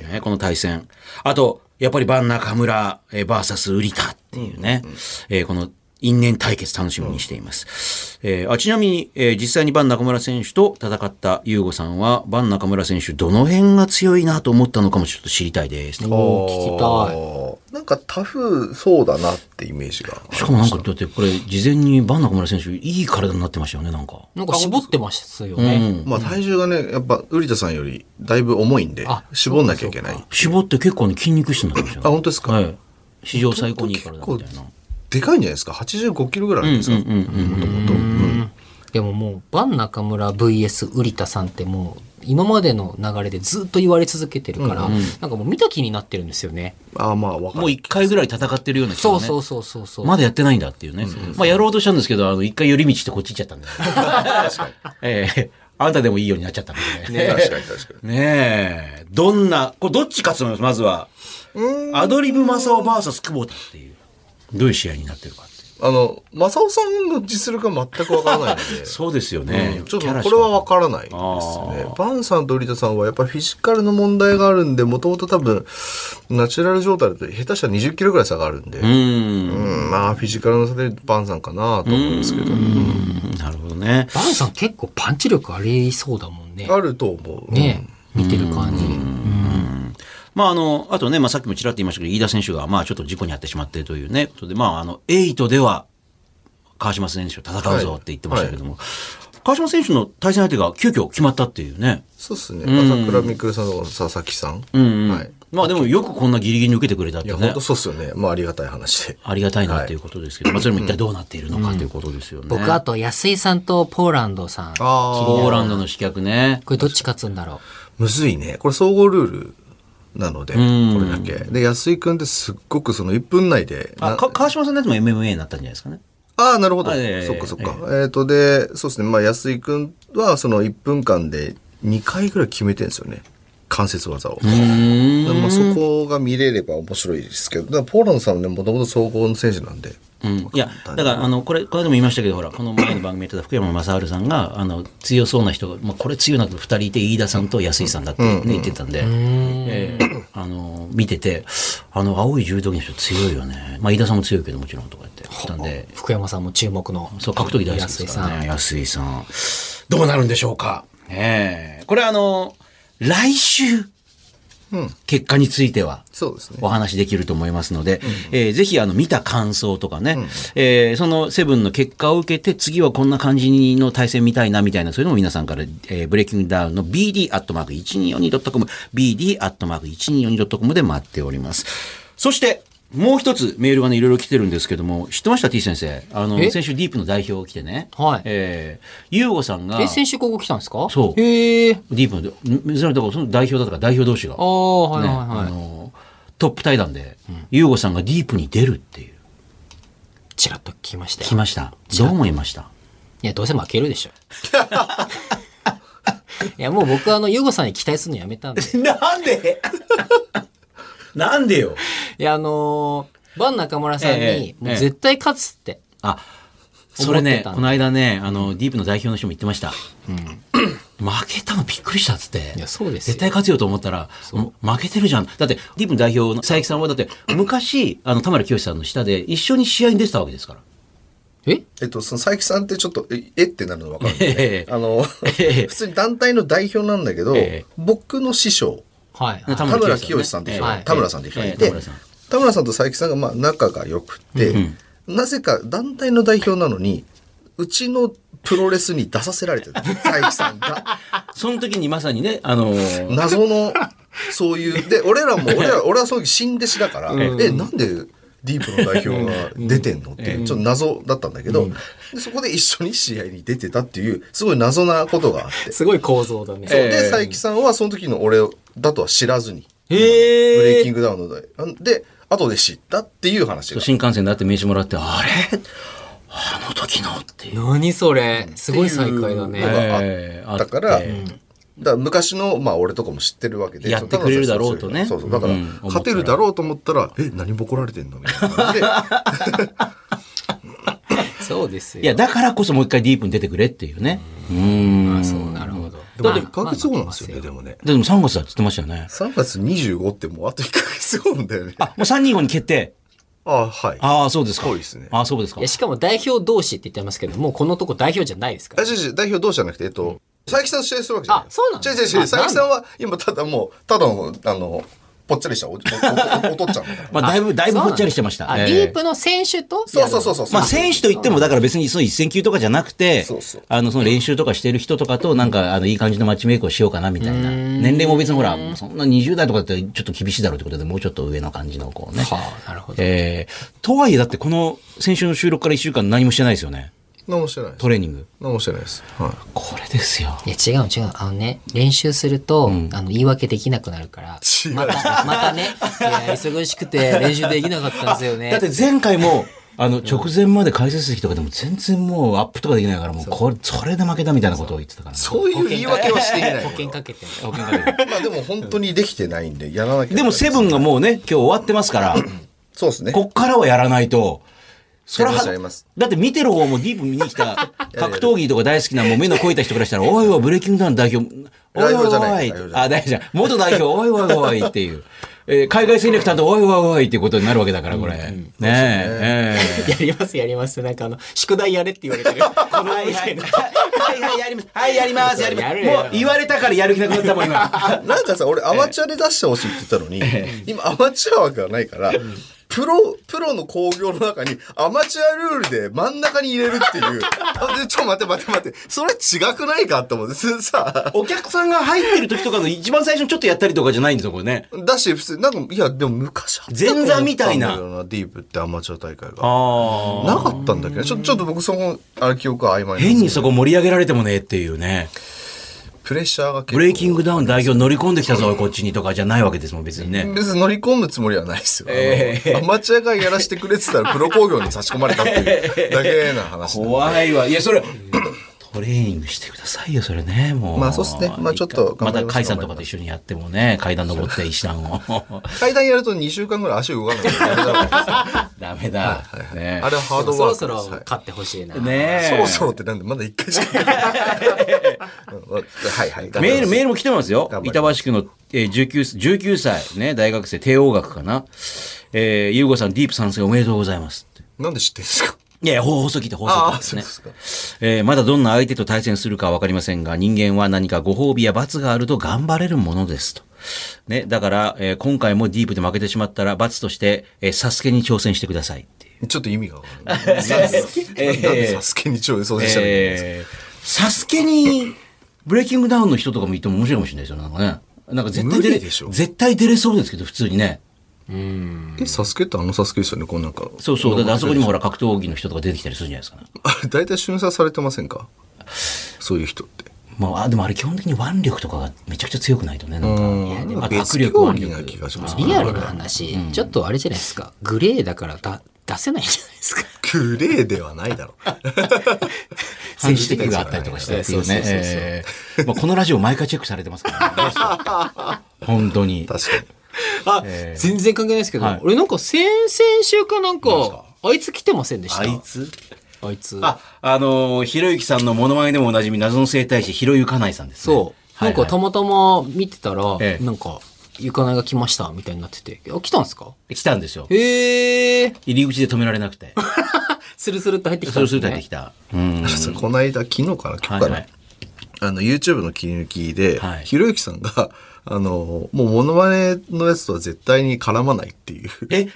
B: い
C: ねこの対戦。あと、やっぱりバン中村、えー、バーサスウリタっていうね、えーこの因縁対決楽しみにしています。えーあちなみに、えー実際にバン中村選手と戦った優吾さんは、バン中村選手どの辺が強いなと思ったのかもちょっと知りたいです、ね。
D: おー聞き
B: たい。なんかタフそうだなってイメージが。
C: しかもなんか、だってこれ事前にバン中村選手いい体になってましたよね、なんか。
D: なんか絞ってますよね。
B: まあ体重がね、やっぱ、ウリタさんよりだいぶ重いんで
D: あ、
B: 絞んなきゃいけない。
C: 絞って結構ね、筋肉質になってましたよ、ね。
B: あ本当ですか
C: はい。史上最高にいい体みたい
B: 結
C: な。
B: でかいんじゃないですか ?85 キロぐらいあるんですか
C: うんうんうんうん
B: もともと。うん
D: でももう、バン中村 VS 瓜田さんってもう、今までの流れでずっと言われ続けてるから、なんかもう見た気になってるんですよね。
B: ああ、まあ、わか
C: もう
B: る。
C: 一回ぐらい戦ってるような気が
D: そ
C: ね
D: うそうそうそうそう。
C: まだやってないんだっていうね。まあやろうとしたんですけど、あの、一回寄り道してこっち行っちゃ ったんで。ええあんたでもいいようになっちゃったんでね。
B: 確かに確かに。
C: ねえ。どんな、これどっち勝つのまずは。アドリブマサオバーサス久保田っていう。どういう試合になってるかっていう。
B: あの、正雄さんの実力が全くわからないので。
C: そうですよね。
B: うんちょっ
C: キャラ
B: と
C: し
B: こ
C: か
B: れは分からないですね。バンさんとリタさんはやっぱりフィジカルの問題があるんで、もともと多分、ナチュラル状態だと下手したら20キロぐらい差があるんで、う、
C: うんん。
B: まあフィジカルの差でバンさんかなと思うんですけど、うん
C: なるほどね。
D: バンさん結構パンチ力ありそうだもんね。
B: あると思う。
D: ね見てる感じ。
C: まああの、あとね、まあさっきもちらっと言いましたけど、飯田選手がまあちょっと事故に遭ってしまってというね、ことで、まああの、エイトでは川島選手と戦うぞって言ってましたけども、川島選手の対戦相手が急遽決まったっていうね。
B: そうですね。朝倉未来さんと佐々木さん。はい。
C: まあでもよくこんなギリギリに受けてくれたっ
B: い
C: て
B: や、本
C: ね
B: 当。そうっすよね。まあありがたい話で。
C: ありがたいなっていうことですけど、まあそれも一体どうなっているのかということですよね。
D: 僕、あと安井さんとポーランドさん。こ
B: あ
C: ポーランドの飛脚ね。
D: れどっち勝つんだろ
B: むずいね。これ総合ルールなので、これだけ。で、安井くんってすっごくその1分内で、
C: あ、か川島さんのやつも MMA になったんじゃないですかね。
B: ああ、なるほど。
C: あいやいやいや
B: そっかそっか。えっ、と、で、そうですね。まあ、安井くんは、その1分間で2回ぐらい決めてるんですよね。関節技を。まあ、そこが見れれば面白いですけど、だからポーランドさんはね、もともと総合の選手なんで。
C: うん、いやだからあのこれこれでも言いましたけどほらこの前の番組やってた福山雅治さんがあの強そうな人が、まあ、これ強いなと2人いて飯田さんと安井さんだって、ね言ってたんで、ええあの見ててあの青い柔道着の人強いよね、まあ、飯田さんも強いけどもちろんとか言って言ってたんで
D: う。福山さんも注目の。
C: そう格闘技大好きですからね安井さんどうなるんでしょうか、ねえこれあの来週、結果については
B: そうですね
C: お。話できると思いますので、えーぜひあの見た感想とかね、えーそのセブンの結果を受けて、次はこんな感じの対戦見たいなみたいな、そういうのも皆さんから、えーブレイキングダウンの BD.1242.com、BD.1242.com で待っております。そして、もう一つメールがね、いろいろ来てるんですけども、知ってました ?T 先生。あの、
D: え
C: 先週ディープの代表来てね。
D: はい
C: えー、ゆうごさんが、
D: え、先週ここ来たんですか
C: そう
D: へえ。
C: ディープの、珍しいだからその代表だとか代表同士が、
D: ああ、はい
C: ね、
D: はい
C: あ
D: はい。
C: の、トップ対談で、ゆうごさんがディープに出るっていう、
D: ちらっと聞きました
C: 来
D: よ。
C: ました。どう思いました
D: いや、どうせ負けるでしょ。 いや、もう僕はあの、ユーゴさんに期待するのやめたんで。
A: なんでなんでよ。
D: いや、あのーバン中村さん
C: ええ
D: に、も
C: ええ
D: う絶対勝つって。
C: あ、それ
D: 思っ
C: ね
D: て、たんだ
C: この間ね、あの、ディープの代表の人も言ってました。負けたのびっくりしたっつって。
D: いやそうですよ
C: 絶対勝つよと思ったら、もう負けてるじゃん。だって、ディープの代表の佐伯さんは、だ って、昔、あの、田村清さんの下で一緒に試合に出てたわけですから。
D: え
B: えっと、その佐伯さんってちょっと、ええってなるの分かるんで、
C: ええ
B: あの、
C: ええ
B: 普通に団体の代表なんだけど、
C: ええ
B: 僕の師匠、
D: はい。
C: 田
B: 田
C: 村
B: 村
C: 清
B: 清
C: さ
B: さ
C: ん
B: ん
C: ね
B: でしょ、
D: はい
B: 田村さんで人がいて、
C: ええ田村さん
B: 田村さんと佐伯さんがまあ仲が良くて、なぜか団体の代表なのに、うちのプロレスに出させられてる。佐伯さん が。
C: その時にまさにね、あのー
B: 謎の、そういう。で、俺らも、俺ら、俺はその時新弟子だから、え、なんで、ディープの代表が出てんのっていう、ちょっと謎だったんだけど、でそこで一緒に試合に出てたっていう、すごい謎なことがあって。
D: すごい構造だね。
B: そうで、佐伯さんはその時の俺だとは知らずに、
D: へえ。
B: ブレイキングダウンの代で、後で知ったっていう話が。
C: 新幹線だって名刺もらって、あれあの時のっていう。
D: 何それすごい再会だね。
B: っていうのが
C: えー
B: だから、
C: あっ
B: う
C: て
B: んだから昔の、まあ俺とかも知ってるわけで。
C: やってくれるだろうとね
B: そうそう。だから、
C: うん
B: 勝てるだろうと思ったら、え、何ボコられてんのみたいな感じで。
D: そうですよ。
C: いや、だからこそもう一回ディープに出てくれっていうね。うん。あ、そう、
D: なるほど。
B: だっ
D: ま
B: て
D: あ
B: 1ヶ月後なんですよ
D: ま
B: ね、
D: あ
B: でもね。
C: でも3月だって言ってましたよね。
B: 3月25ってもうあと1ヶ月後なんだよね。
C: あ、もう3人後に決定。
B: あ、はい。
C: ああ、そうですか。
B: そうですね
C: ああ、そうですか
D: いや、。しかも代表同士って言ってますけど、もうこのとこ代表じゃないですか
B: あ、
D: ら。
B: 違う違う、代表同士じゃなくて、えっと、佐伯さんと試合するわけじゃない。
D: あそうなの
B: 違う違う違う、
D: あ
B: 佐伯さんは今ただもう、ただの、あの、ぽっちゃりしたおおおおお父ちゃんだから。
C: まあ、だいぶ、だいぶほっちゃりしてました。
D: あ、
C: ええ
D: ディープの選手と
B: そうそうそうそう。
C: まあ、選手といっても、だから別にその一戦級とかじゃなくて
B: そうそう、
C: あの、その練習とかしてる人とかと、なんか、あの、いい感じのマッチメイクをしようかな、みたいな。年齢も別にほら、そんな20代とかだってちょっと厳しいだろうってことで、もうちょっと上の感じの子をね。
D: はあ、なるほど。
C: えー、とはいえ、だってこの、先週の収録から1週間何もしてないですよね。
B: 何もしてないです
C: ト。レーニング。
B: 何もしてないです。はい。
C: これですよ。
D: いや、違うの違うの。あのね、練習すると、あの、言い訳できなくなるから。
B: 違う
D: また、またね、いや、忙しくて練習できなかったんです よね。
C: だって前回も、あの、直前まで解説席とかでも全然もうアップとかできないから、もうこれ、それで負けたみたいなことを言ってたから。
B: そういう言い訳はしていない
D: 保。険かけてる。
C: 保険かけて
B: まあでも本当にできてないんで、やらなきゃいけな
C: で
B: い
C: もセブンがもうね、今日終わってます から、
B: そうですね。
C: こっからはやらないと。それ
B: やりま
C: は
B: すやります、
C: だって見てる方もディープ見に来 た、格闘技とか大好きな、もう目の肥えた人からしたら、おいおい、ブレイキングダウン代表、おいおい
B: 代表じゃ
C: お
B: ない
C: い
B: 代表、じゃない
C: あ、大じゃん。元代表、おいおいおいっていう。えー海外戦略担当、おいおいおいっていうことになるわけだから、これ。ねえ。ええ
D: やります、やります。なんかあの、宿題やれって言われてる。この
C: はいはいはいはいやります。はいやります。やりま
D: や
C: す。
D: るよ
C: もう言われたからやる気なくなったもん今。
B: なんかさ、俺アマチュアで出してほしいって言ったのに、今アマチュア枠がないから、プロ、プロの興行の中にアマチュアルールで真ん中に入れるっていう。あでちょ、待って待って待って。それ違くないかって思って。す さ、
C: お客さんが入ってる時とかの一番最初にちょっとやったりとかじゃないんですよこれね。
B: だし、普通、なんか、いや、でも昔あったと思
C: 前
B: ったんだ
C: 座みたいな
B: けどディープってアマチュア大会が。
C: ああ。
B: なかったんだけど、ちょ、ちょっと僕そこ、あれ記憶が曖昧なんですけど
C: 変にそこ盛り上げられてもねっていうね。
B: プレッシャーが結構
C: ブレイキングダウン代表乗り込んできたぞ、こっちにとかじゃないわけですもん、別にね。
B: 別に乗り込むつもりはないですよ。あのアマチュアがやらせてくれてたらプ ロ工業に差し込まれたっていうだけな話なんで
C: 怖いわ。いや、それ、トレーニングしてくださいよ、それね、もう。
B: まあそうっすねまあちょっと
C: ま
B: 頑張
C: た
B: ります
C: 甲斐さんとかと一緒にやってもね、階段登って石段を。
B: 階段やると2週間ぐらい足動かないからダメだから
C: ダメだ。 ね
B: あれはハード
D: そ
B: ワー
D: ろ
B: ク
D: そ
B: で
D: ろ
B: すはい
D: 勝ってほしいな。
C: ねえ
B: そろそろってなんでまだ1回 しかうんはいはい。
C: メール、メールも来てますよ
B: 頑。張り
C: 板
B: ま
C: 橋区の、えー、19す、19歳、ね、大学生、帝王学かな。えー、ゆうごさん、ディープ参戦おめでとうございますって。
B: なんで知ってんですか
C: いやいや、放送聞いて、放送聞
B: あ
C: い
B: あ、
C: て
B: そう
C: ね
B: で。すか。
C: えーまだどんな相手と対戦するかはわかりませんが、人間は何かご褒美や罰があると頑張れるものですと。ね、だから、えー今回もディープで負けてしまったら罰として、えーサスケに挑戦してくださいっていう。
B: ちょっと意味がわからない。なんでなんでサスケに超予想したらいいんですか
C: えーサスケに、ブレイキングダウンの人とかもいても面白いかもしれないですよね、なんかね。なんか絶対出
B: 無
C: れ、
B: 理でしょ
C: 絶対出れそうですけど、普通にね。
B: え、サスケってあのサスケですよね、こうなんか。
C: そうそう。だってあそこにもほら格闘技の人とか出てきたりするじゃないですか、
B: あれ大体瞬殺されてませんかそういう人って。
C: まあ、あでもあれ基本的に腕力とかがめちゃくちゃ強くないとね。なんか
B: うん
D: で
B: なんか
C: 握力
B: 別競技な気がしますね
D: リアルな話、ちょっとあれじゃないですか。グレーだからだ出せないじゃないですか。
B: グレーではない だろう。
C: 政治的があったりとかしてっていう
B: そう
C: ね
B: そうそうそう
C: えー。まあこのラジオ毎回チェックされてますから ね。本当に。
B: 確かに。
D: あ、
C: えー
D: 全然関係ないですけど、
C: はい
D: 俺なんか先々週かなんか、あいつ来てませんでした。
C: つ
D: あいつ。
C: あ、あのーひろゆきさんのモノマネでもおなじみ謎の生態師、ひろゆかないさんですね。
D: そう。なんかた
C: はいは
D: またま見てたら、
C: ええ
D: なんか、ゆかないが来ました、みたいになってて。あ、来たんですか
C: い来たんですよ。
D: へえ。
C: 入り口で止められなく て。
D: スルスルっと入ってきた
C: そ
D: ん
C: れ
D: で
C: る
D: すすね、
C: とやってきた。うん。
B: そうこの間、昨日かな、今日か
C: はい
B: な。
C: はい
B: あの、YouTube の切り抜きで、
C: はい
B: ひろゆきさんが、あの、もうモノマネのやつとは絶対に絡まないっていう。
C: え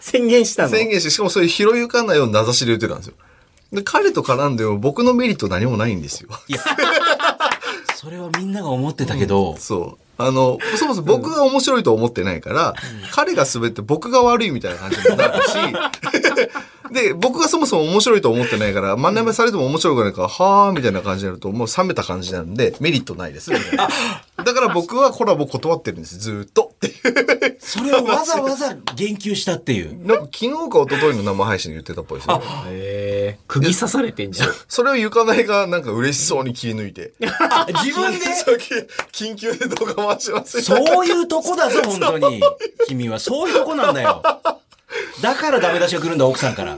D: 宣言した
B: 宣言して、しかもそれひろゆかないを名指しで言ってたんですよ。で、彼と絡んでも僕のメリット何もないんですよ。
C: それはみんなが思ってたけど、
B: そう。あの、そもそも僕が面白いと思ってないから、彼が滑って僕が悪いみたいな感じになる し、で、僕がそもそも面白いと思ってないから、真ん中されても面白くないから、はーみたいな感じになると、もう冷めた感じなんで、メリットない です。みたいなだから僕はコラボ断ってるんです、ずーっと。っていう
C: それをわざわざ言及したっていう。
B: なんか昨日か一昨日の生配信で言ってたっぽいですよ、ね。
D: へえ。釘刺されてんじゃん。
B: それをゆかないがなんか嬉しそうに切り抜い て。
C: 自分 で
B: そう緊急で動画回しますみたいな
C: そういうとこ だぞ、本当に。君は。そういうとこなんだよ。だからダメ出しが来るんだ、奥さんから。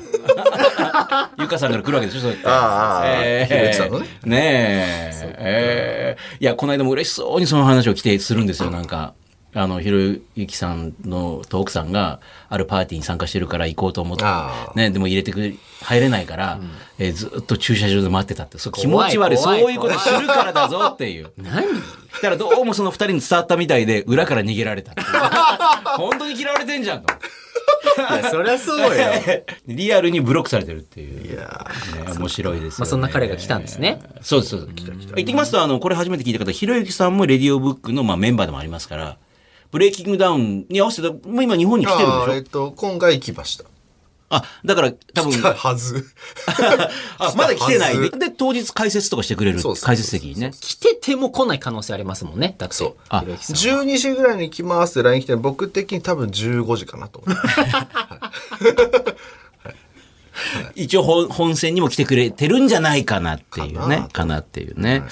C: ゆかさんから来るわけでしょ、そうやって。
B: ああああ
C: ええ
B: ひろゆきさんのね
C: ねえ。ええいや、この間も嬉しそうにその話を規定するんですよ、なんか。あの、ひろゆきさんのと奥さんが、あるパーティーに参加してるから行こうと思って
B: あ、あ
C: ね、でも入れてくれ、入れないから、えーずっと駐車場で待ってたって、そう気持
D: 怖い
C: ち悪い、そう
D: 怖い
C: いうことするからだぞって いう。
D: 何
C: だからどうもその二人に伝わったみたいで、裏から逃げられたっていう 本当に嫌われてんじゃんと。
B: いや、そりゃそうよ。
C: リアルにブロックされてるっていう。
B: いや
C: ね面白いですよ、ね。
D: まあそんな彼が来たんですね。
C: そうです、そうです。言ってきますと、あの、これ初めて聞いた方、ひろゆきさんもレディオブックの、まあ、メンバーでもありますから、ブレイキングダウンに合わせて、もう今日本に来てるんで
B: ー。
C: し
B: え
C: ょ
B: っと、今回来ました。
C: あだから多 分、
B: はず。
C: あ、まだ来てない
B: 来た
C: で。
B: はず
C: で、当日解説とかしてくれる
B: そうそうそうそう
C: 解説席にね。
D: 来てても来ない可能性ありますもんね。だって。そう。
C: あ
D: ひろゆきさんは
B: 12時ぐらいに来ますって LINE 来て、僕的に多分15時かなと思って。
C: 一応本本戦にも来てくれてるんじゃないかなっていうね。かなっていうね。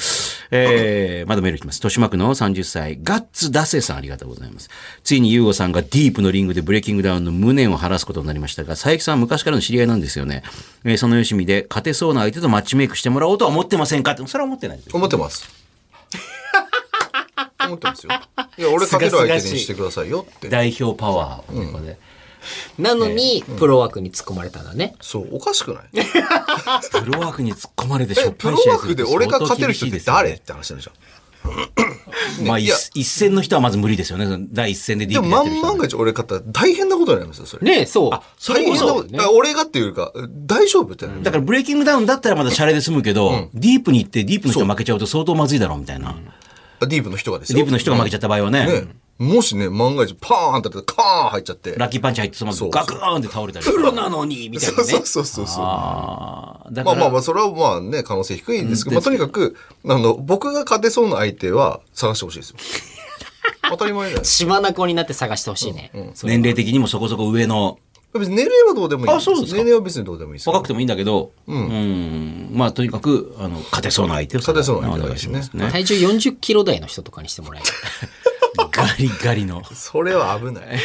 C: えー、まだメール来ます。豊島区の30歳、ガッツダセさんありがとうございます。ついにユーゴさんがディープのリングでブレイキングダウンの無念を晴らすことになりましたが、佐伯さんは昔からの知り合いなんですよね。えーそのよしみで勝てそうな相手とマッチメイクしてもらおうとは思ってませんかって、それは思ってないですよ。
B: 思ってます。思ってますよ。いや、俺勝てる相手にしてくださいよって。
C: 代表パワーをねここで。
D: なのに、プロ枠に突っ込まれたんだね。
B: そう、おかしくない
C: プロワークに突っ込まれてしょ
B: え
C: っ
B: プ
C: ぱ
B: ロ
C: い試合
B: ワー
C: す
B: ク
C: る
B: で
C: と
B: 俺が勝てる
C: 相当厳し
B: 人
C: い
B: って
C: ですよね
B: 誰って話なんじゃん。
C: まあ、
B: いや
C: 一一戦の人はまず無理ですよね。その第一戦でディ
B: で
C: ープ
B: も、
C: でやって
B: 万
C: る人は
B: 々が一俺勝ったら大変なことになりますよ、それ。
D: ねえ、そう。
C: それ
B: 大変
C: こ
B: な
C: そ
B: こと。あ俺がっていうか、大丈夫ってなる
C: だからブレイキングダウンだったらまだシャレで済むけど、ディープに行ってディープの人が負けちゃうと相当まずいだろうみたいな。
B: ディープの人がです
C: ディ
B: よ。
C: ープの人が負けちゃった場合はね、
B: ねもしね、万が一パーンってやってカーン入っちゃって。
C: ラッキーパンチ入ってそのまま
B: そう
C: ガクーンって倒れたりとか。プロなのにみたいな
B: そ
C: ね。
B: うそうそうそうそう。
C: ああ、だ
B: ま
C: か
B: あ
C: ら、
B: まあまあ、それはまあね、可能性低いんですけど、まあとにかく、あの、僕が勝てそうな相手は探してほしいで すよ。当たり前だよ。
D: 島名湖になって探してほしいね。それ
C: 年齢的にもそこそこ上の、
B: 別に年齢はどうでもいい。
C: あそうですか
B: 年齢は別にどうでもいいですよ。
C: 若くてもいいんだけど、うん、まあとにかく、あの、勝てそうな相手を
B: 勝てそうな相手
C: お願
B: がいい
C: い
B: で
C: し
B: すね
C: ますね。
D: 体重40キロ台の人とかにしてもらえ る。
C: ガリガリの。
B: それは危 ない。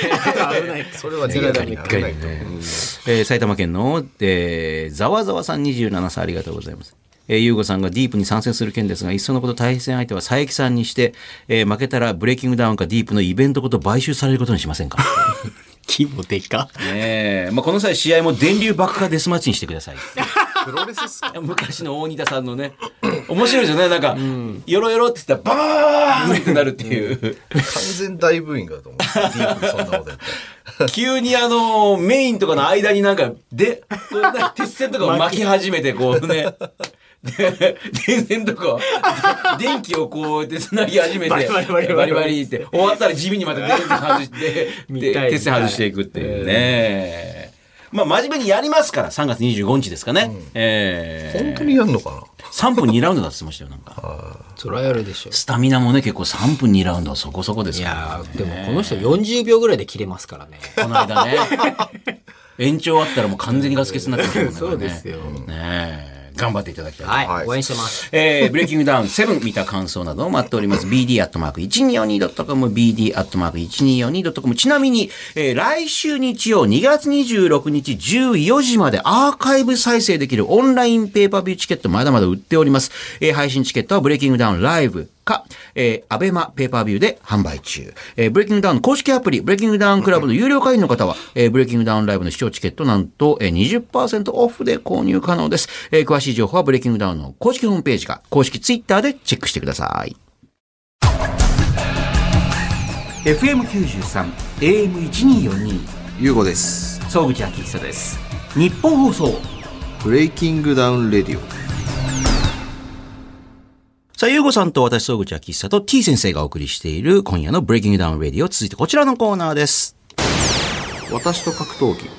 B: 危ない。それはリアルに危ないと思う。
C: えー埼玉県の、えー、ざわざわさん27歳ありがとうございます。えー、ゆうごさんがディープに参戦する件ですが、いっそのこと対戦相手は佐伯さんにして、えー負けたらブレイキングダウンかディープのイベントごと買収されることにしませんか
D: 規模でか。
C: ねえ、まあ、この際試合も電流爆破デスマッチにしてください。
B: プロレスっすか
C: 昔の大仁田さんのね、面白いですよね。なんか、よろよろって言ったらバーンってなるっていう。
B: 完全大ブーイングだと思う。ディープそんなことやったら
C: 急にあのメインとかの間になんかでこうなんか鉄線とかを巻き始めてこうね
E: で電線とか、で電気をこうやって繋ぎ始めて、
D: バリバリバリバリ
E: バリバリって、終わったら地味にまた電線外して、
D: 見
E: で
D: たい
E: 鉄線外していくっていうね。まあ真面目にやりますから、3月25日ですかね。ええ
B: 本当にやんのかな
C: 3分2ラウンドだって言ってましたよ、なんか。
D: そらやるでしょ
C: スタミナもね、結構3分2ラウンドはそこそこです
D: い
C: から
D: や
C: ね、
D: ーでもこの人40秒ぐらいで切れますから ね
C: この間 ね。延長あったらもう完全にガス欠になってましたもんね。
D: そうですよ
C: これねねえ頑張っていただきたいと思います
D: はい応援してます
C: えーブレイキングダウン7見た感想などを待っております。bd.1242.com、bd.1242.com。ちなみに、えー来週日曜2月26日14時までアーカイブ再生できるオンラインペーパービューチケットまだまだ売っております。えー配信チケットはブレイキングダウンライブか、えー、アベマペーパービューで販売中。えーブレイキングダウン公式アプリ、ブレイキングダウンクラブの有料会員の方は、えーブレイキングダウンライブの視聴チケットなんと、えー、20%オフで購入可能です。えー詳しい情報はブレイキングダウンの公式ホームページか、公式ツイッターでチェックしてください。
A: FM93 AM1242
B: ゆうごです
A: 総口昭久です日本放送
B: ブレイキングダウンレディオ
C: さあ、ゆうごさんと私、総口秋久と T 先生がお送りしている今夜のブレイキングダウンレディオ、続いてこちらのコーナーです。
B: 私と格闘技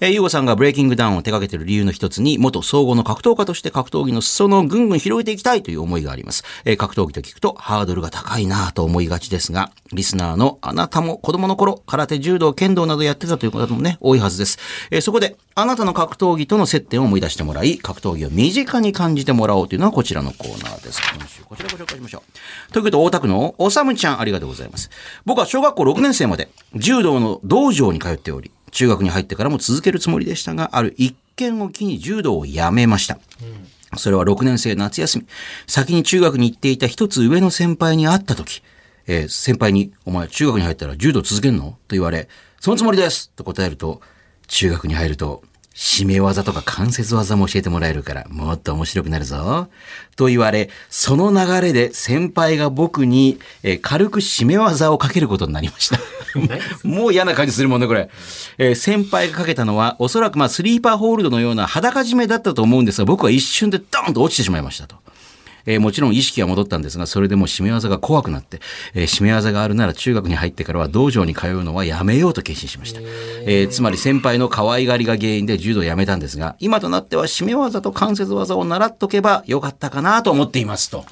C: えー、ゆうごさんがブレイキングダウンを手掛けている理由の一つに、元総合の格闘家として格闘技の裾野をぐんぐん広げていきたいという思いがあります。えー格闘技と聞くとハードルが高いなぁと思いがちですが、リスナーのあなたも子供の頃、空手、柔道、剣道などやってたという方もね、多いはずです。えーそこで、あなたの格闘技との接点を思い出してもらい、格闘技を身近に感じてもらおうというのはこちらのコーナーです。今週こちらご紹介しましょう。ということで、大田区のおさむちゃん、ありがとうございます。僕は小学校6年生まで、柔道の道場に通っており、中学に入ってからも続けるつもりでしたが、ある一件を機に柔道をやめました。それは6年生夏休み。先に中学に行っていた一つ上の先輩に会った時、えー先輩に、お前中学に入ったら柔道続けんのと言われ、そのつもりですと答えると、中学に入ると、締め技とか関節技も教えてもらえるから、もっと面白くなるぞ。と言われ、その流れで先輩が僕に、えー軽く締め技をかけることになりました。 もう嫌な感じするもんね、これ。えー先輩がかけたのは、おそらくまあ、スリーパーホールドのような裸締めだったと思うんですが、僕は一瞬でドーンと落ちてしまいましたと。えーもちろん意識は戻ったんですが、それでも締め技が怖くなって、えー締め技があるなら中学に入ってからは道場に通うのはやめようと決心しました。えーつまり先輩の可愛がりが原因で柔道をやめたんですが、今となっては締め技と関節技を習っとけばよかったかなと思っていますと。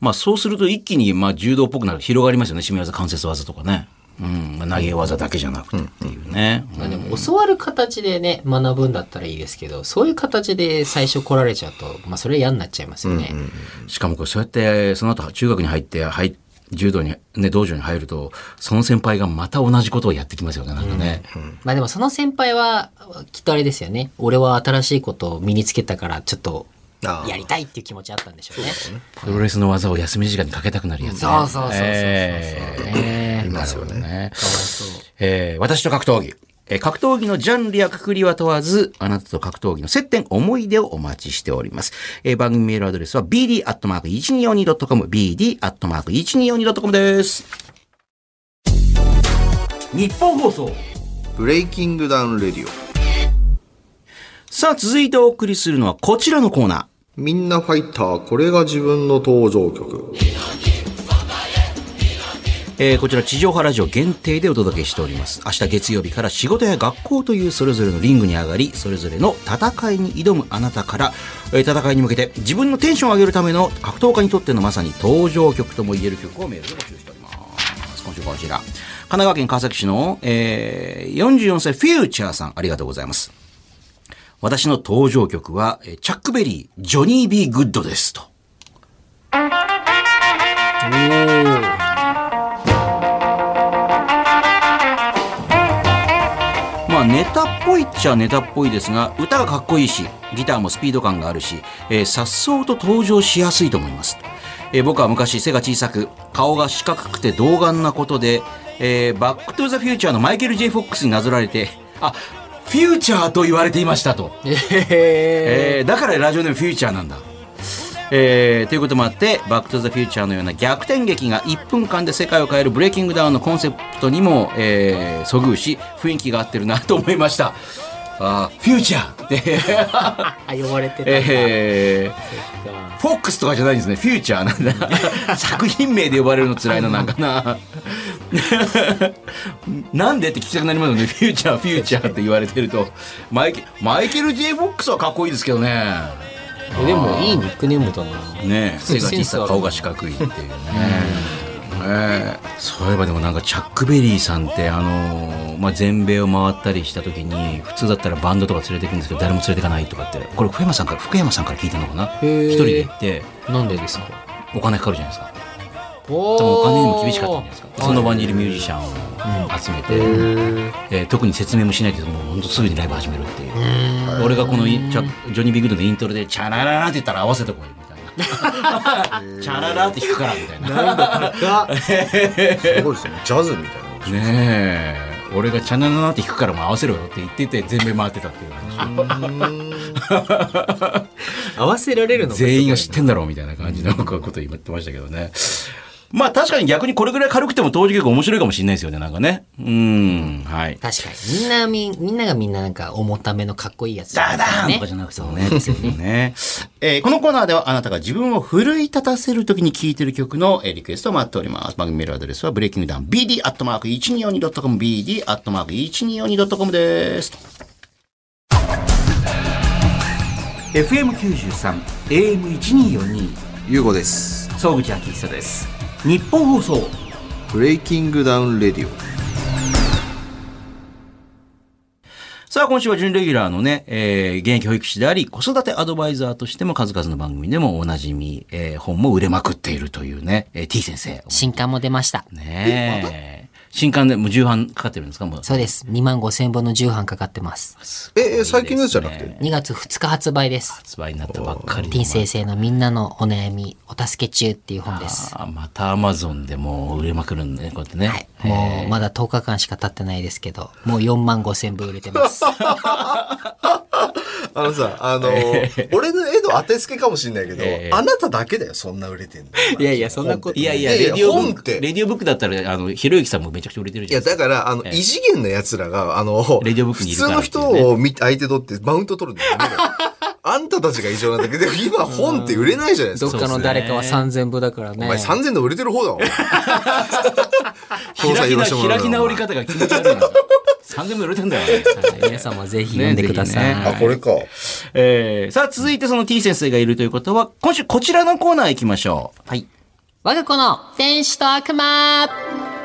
C: まあそうすると一気にまあ柔道っぽくなる広がりますよね締め技関節技とかね、うんまあ、投げ技だけじゃなくてっていうね、うん
D: まあでも教わる形でね学ぶんだったらいいですけどそういう形で最初来られちゃうと、まあ、それは嫌になっちゃいますよね、
C: しかもこれそうやってその後中学に入って入柔道にね道場に入るとその先輩がまた同じことをやってきますよねなんかね、
D: まあでもその先輩はきっとあれですよね俺は新しいことを身につけたからちょっと
B: あー
D: やりたいっていう気持ちあったんでしょうね
C: プロレスの技を休み時間にかけたくなるやつ、ね、
D: そうそうそうそうそうそう
C: えー
D: ね
B: いますよね
C: ね
D: かわいそう
C: えー私と格闘技。えー格闘技のジャンルやくくりは問わず、あなたと格闘技の接点、思い出をお待ちしております。えー番組メールアドレスは bd.1242.com、bd.1242.com です。
A: 日本放送
B: ブレイキングダウンレディオ
C: さあ、続いてお送りするのはこちらのコーナー。
B: みんなファイターこれが自分の登場曲
C: えーこちら地上波ラジオ限定でお届けしております。明日月曜日から仕事や学校というそれぞれのリングに上がり、それぞれの戦いに挑むあなたから、えー戦いに向けて自分のテンションを上げるための格闘家にとってのまさに登場曲とも言える曲をメールで募集しております。今週こちら。神奈川県川崎市の、えー44歳フューチャーさん、ありがとうございます。私の登場曲は、えーチャックベリー、ジョニー・ビー・グッドですと。まあネタっぽいっちゃネタっぽいですが歌がかっこいいしギターもスピード感があるし、えー、颯爽と登場しやすいと思います、えー僕は昔背が小さく顔が四角くて童顔なことで、えーバック・トゥ・ザ・フューチャーのマイケル・ J ・フォックスになぞられてあフューチャーと言われていましたとえーだからラジオネームフューチャーなんだ。えーということもあって「バック・トゥ・ザ・フューチャー」のような逆転劇が1分間で世界を変える「ブレイキング・ダウン」のコンセプトにも、えーそぐうし雰囲気が合ってるなと思いましたあーフューチ ャーって、
D: あ呼ばれてたんだ
C: えー、フォックスとかじゃないんですねフューチャーなんだ作品名で呼ばれるの辛いななんかななんでって聞きたくなりますよねフューチャーフューチャーって言われてるとマイケマイケル・ J ・フォックスはかっこいいですけどね
D: えでもいいニックネームだな
C: ねえ
D: そう
C: 背が
D: セン
C: 小
D: ス
C: さ
D: は
C: 顔が四角いっていうねねえそういえばでもなんかチャック・ベリーさんってあのーまあ、全米を回ったりした時に普通だったらバンドとか連れてくんですけど誰も連れてかないとかってこれ福山さんから福山さんから聞いたのかな
D: へえ
C: 一人で行って
D: なんでですか
C: お金かかるじゃないですか
D: お
C: 多分お金にも厳しかったんじゃないですかその場にいるミュージシャンを
D: う
C: 集めて、えー特に説明もしないでもうほんとすぐにライブ始めるっていう俺がこのインチャジョニー・ビッグドゥのイントロで「チャラララ」って言ったら合わせてこいみたいな「チャララ」って弾くからみたいな
B: すごいですね。ジャズみたいな。
C: ねえ俺が「チャラララ」って弾くからもう合わせろよって言ってて全米回ってたっていう話
D: 合わせられるの
C: 全員が知ってんだろうみたいな感じのこと言ってましたけどねまあ確かに逆にこれぐらい軽くても当時結構面白いかもしれないですよねなんかねうんはい
D: 確かにみんなみみんながみんななんか重ためのかっこいいやつ
C: ダダーン
D: ね
C: とかじゃなくてもね。ですよね。えーこのコーナーではあなたが自分を奮い立たせるときに聴いてる曲の、えーリクエストを待っております。番組メールアドレスはブレイキングダウン bd.1242.com bd.1242.com です。
A: FM93 AM1242
B: ゆうごです。
A: 総口昭久です日本放送
B: ブレイキングダウンレディオ。
C: さあ、今週は準レギュラーのね、えー現役保育士であり、子育てアドバイザーとしても数々の番組でもおなじみ、えー本も売れまくっているというね、えー T 先生。
D: 新刊も出ました
C: ねえ新刊でもう重版かかってるんですかもう。
D: そうです2万5千本の重版かかってます
B: え、え、最近のやつじゃなくて。
D: 2月2日発売です
C: 発売になったばっかりで。
D: ティン先生のみんなのお悩みお助け中っていう本です
C: あまたアマゾンでもう売れまくるんでね、こうやってね。
D: はいもうまだ10日間しか経ってないですけどもう4万5千部売れてます
B: あのさ、あの、俺の絵の当てつけかもしれないけど、
C: ええ
B: あなただけだよ、そんな売れてんの。
D: いやいやそんなこと
C: いやいや、
B: いや
C: レ
B: いや
C: ディオブッ
B: 本っ
C: ク、レ
B: て
C: ディオブックだったら、あの、ひろゆきさんもめちゃくちゃ売れてる
B: い
C: じゃ
B: や、
C: ん。
B: だから、あの、異次元の奴らが、あの、
C: レディオブックにい
B: 普
C: るか
B: 通
C: ら
B: の
C: っていうね
B: 人を見相手取ってマウント取るんだよ。ダメだよあんたたちが異常なんだけど、でも今本って売れないじゃないです
D: どっ
B: か。
D: かの誰かは
C: そう
D: 3千部だからね
B: お前3000の売れてる方だわ。
C: 開きな開き直り
B: か。
C: 方が気持ち悪いな。3年も売れてんだよ。
D: はい皆様ぜひ読んでください、
C: ねぜひ
B: あ、これか。
C: えー、さあ、続いてその T 先生がいるということは、今週こちらのコーナー行きましょう。はい。
D: 我が子の天使と悪魔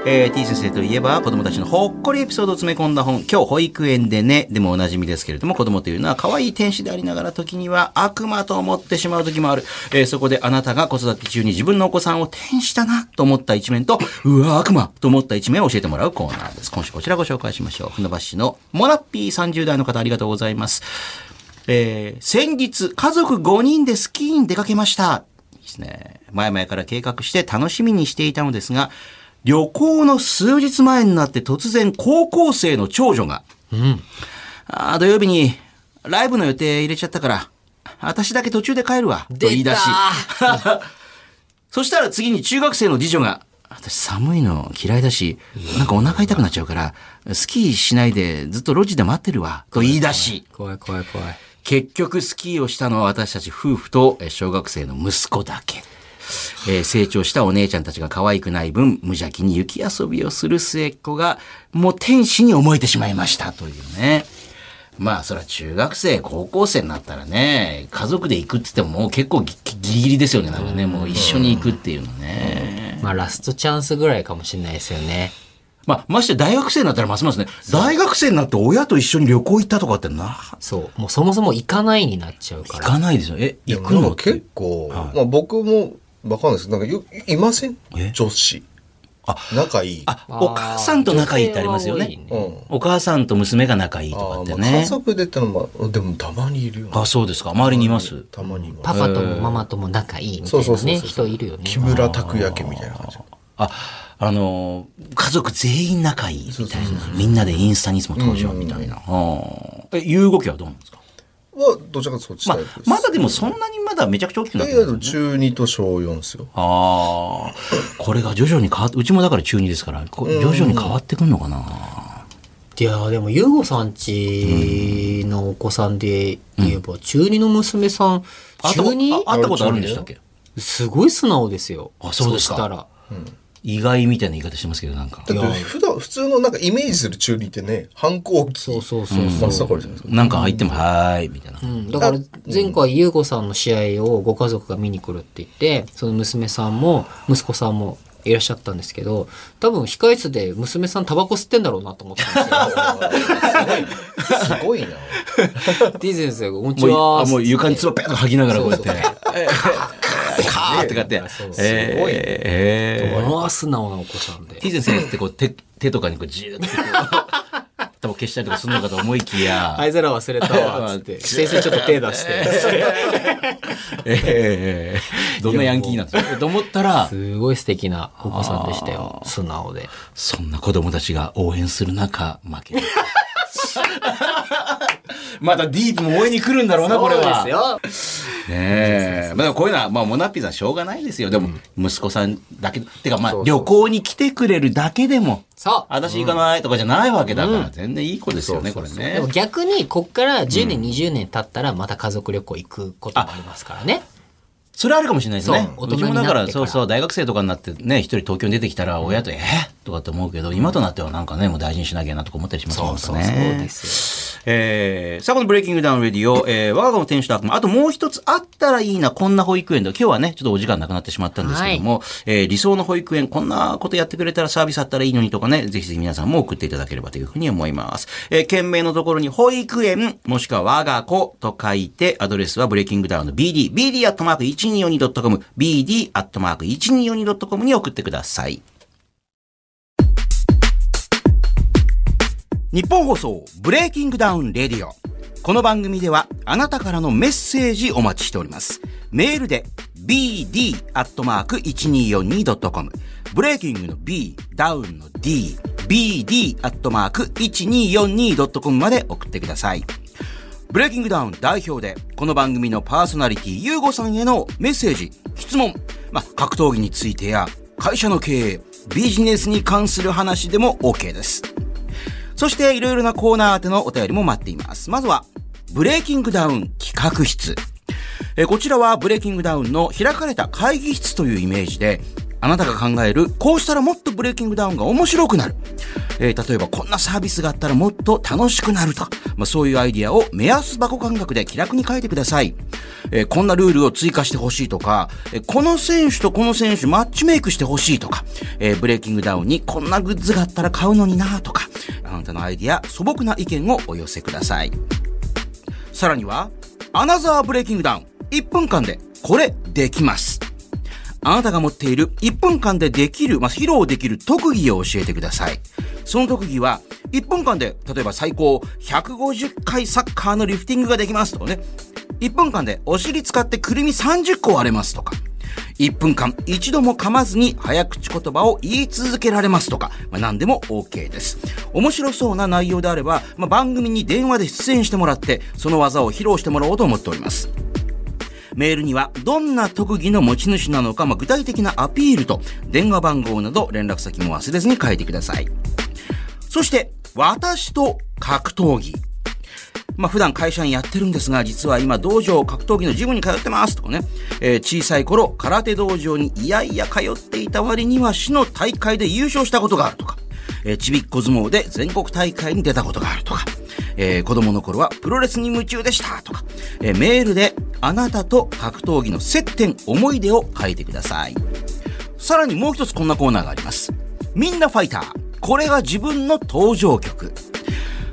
C: えー、T 先生といえば子供たちのほっこりエピソードを詰め込んだ本、今日保育園でね、でもおなじみですけれども、子供というのは可愛い天使でありながら時には悪魔と思ってしまう時もある。えーそこであなたが子育て中に自分のお子さんを天使だなと思った一面と、うわ、悪魔と思った一面を教えてもらうコーナーです。今週こちらご紹介しましょう。船橋市のモラッピー30代の方ありがとうございます。えー先日、家族5人でスキーに出かけました。いいですね。前々から計画して楽しみにしていたのですが、旅行の数日前になって突然高校生の長女が、あー土曜日にライブの予定入れちゃったから、私だけ途中で帰るわ、と言い出し。 そしたら次に中学生の次女が、私寒いの嫌いだし、なんかお腹痛くなっちゃうから、スキーしないでずっと路地で待ってるわ、と言い出し。
D: 怖い怖い怖い
C: 結局スキーをしたのは私たち夫婦とえー小学生の息子だけ。えー成長したお姉ちゃんたちが可愛くない分、無邪気に雪遊びをする末っ子が、もう天使に思えてしまいましたというね。まあ、それは中学生、高校生になったらね、家族で行くって言ってももう結構ギギリギリですよね、なんかね、もう一緒に行くっていうのね。
D: まあラストチャンスぐらいかもしれないですよね
C: まあ、まして大学生になったらますますね、大学生になって親と一緒に旅行行ったとかってな、
D: そうもうそもそも行かないになっちゃう
C: 行
D: から
C: かないですよ。え、
B: いや
C: 行くの
B: なんか結構、まあ僕もわかんないですけど、なんかよ、いません
C: え
B: 女子。
C: あ
B: 仲いい。
C: あ、お母さんと仲いいってありますよね。
D: 女性は多いね
B: うん。
C: お母さんと娘が仲いいとか
B: あ
C: っ
B: ー
C: て
B: まあ、家
C: ね。
B: 族でってのは、まあでもたまにいるよね。
C: あ、そうですか。周りにいます。
B: たまにいます
D: パパともママとも仲いいみた
B: そう
D: い
B: そう
D: な
B: そう
D: ね
B: そう
D: 人いるよね
B: 木村拓哉家みたいな感じ。
C: あ、あのー、家族全員仲いいみたいな。みんなでインスタにも登場みたいな。あーえ、遊戯期はどうなんですか
B: は、どちらかというとそっち
C: ま
B: タ
C: あ
B: イプで、す。
C: まだでもそんなにまだめちゃくちゃ大きくなって
B: え
C: ないです
B: と
C: よね。
B: 中2と小4ですよ。
C: ああ、これが徐々に変わって、うちもだから中二ですから、こう徐々に変わってくんのかな。
D: いやーでも、ゆうごさんちのお子さんで言えば、中二の娘さん、
E: 会った
D: 中二
E: あ会ったことあるんでしたっけ
D: すごい素直ですよ。
C: あそうですか
D: したら。
C: 意外みたいな言い方してますけど、なんか。
B: だって普段普通のなんかイメージする中二ってね反抗期
D: そうそうそう
B: 真っ盛りじゃないですか
C: なんか入っても、はーい、みたいな。
D: うん、だから前回優子さんの試合をご家族が見に来るって言ってその娘さんも息子さんもいらっしゃったんですけど多分控室で娘さんタバコ吸ってんだろうなと思ってたんです
B: すごいな
D: よ。てぃ先生が「こんにちは」
E: あもう床に唾ペッと吐きながらこうやって。
D: そうそう
E: カーってかって。
D: そうすごい
E: えーえー
D: まあ素直なお子さんで
C: テ。ィーゼン先生ってこう手、手とかにこうじーっとこう、多分消したりとかするのかと思いきや。
D: あいつら忘れたわっつって先生ちょっと手出して
C: ええどんなヤンキーなんですかと思ったら、
D: すごい素敵なお子さんでしたよ素直で
C: そんな子供たちが応援する中、負 ける。またディープも応援に来るんだろうな、これは。
D: そうですよ
C: ねえ。まあでもこういうのは、まあ、モナッピーさんしょうがないですよ。でも、息子さんだけ、てかまあ、旅行に来てくれるだけでも、
D: そう
C: 私行かないとかじゃないわけだから、全然いい子ですよね、これ
D: で
C: ね
D: も。逆にこっから10年、20年経ったらまた家族旅行行くこともありますからね。
C: それあるかもしれないですね。
D: そう
C: うちもだ
D: 大人にな
C: か
D: ってから
C: ら、そうそう、大学生とかになってね、一人東京に出てきたら、親と、えーとかって思うけど、今となってはなんかね、もう大事にしなきゃなとか思ったりしますもんね。
D: す
C: えー、さあこのブレイキングダウンレディオ、えー、我が子の店主と悪魔、あともう一つあったらいいな、こんな保育園で、今日はね、ちょっとお時間なくなってしまったんですけども、えー、理想の保育園、こんなことやってくれたらサービスあったらいいのにとかね、ぜひぜひ皆さんも送っていただければというふうに思います。えー、件名のところに、保育園、もしくは我が子と書いて、アドレスはブレイキングダウンの BD、BD アットマーク 1242.com、BD アットマーク 1242.com に送ってください。日本放送ブレイキングダウンレディオこの番組ではあなたからのメッセージお待ちしておりますメールで bd アットマーク 1242.com ブレイキングの b ダウンの d bd アットマーク 1242.com まで送ってくださいブレイキングダウン代表で、この番組のパーソナリティ、ゆうごさんへのメッセージ、質問、まあ、格闘技についてや、会社の経営、ビジネスに関する話でも OK です。そして、いろいろなコーナー宛てのお便りも待っています。まずは、ブレイキングダウン企画室。えーこちらはブレイキングダウンの開かれた会議室というイメージで、あなたが考える、こうしたらもっとブレイキングダウンが面白くなる。えー例えばこんなサービスがあったらもっと楽しくなるとか、まあ、そういうアイディアを目安箱感覚で気楽に書いてください。えーこんなルールを追加してほしいとか、えーこの選手とこの選手マッチメイクしてほしいとか、えーブレイキングダウンにこんなグッズがあったら買うのになとか、あなたのアイディア、素朴な意見をお寄せください。さらには、アナザーブレイキングダウン。1分間で、これ、できます。あなたが持っている1分間でできる、まあ、披露できる特技を教えてください。その特技は、1分間で、例えば最高150回サッカーのリフティングができますとかね。1分間でお尻使ってくるみ30個割れますとか。1分間一度も噛まずに早口言葉を言い続けられますとか、まあ、何でも OK です。面白そうな内容であれば、まあ、番組に電話で出演してもらって、その技を披露してもらおうと思っております。メールにはどんな特技の持ち主なのか、まあ具体的なアピールと電話番号など連絡先も忘れずに書いてください。そして、私と格闘技。まあ普段会社にやってるんですが、実は今道場格闘技のジムに通ってますとかね、えー小さい頃空手道場にいやいや通っていた割には市の大会で優勝したことがあるとか、えーちびっこ相撲で全国大会に出たことがあるとか、えー子供の頃はプロレスに夢中でしたとか、えーメールであなたと格闘技の接点、思い出を書いてください。さらにもう一つこんなコーナーがあります。みんなファイター。これが自分の登場曲。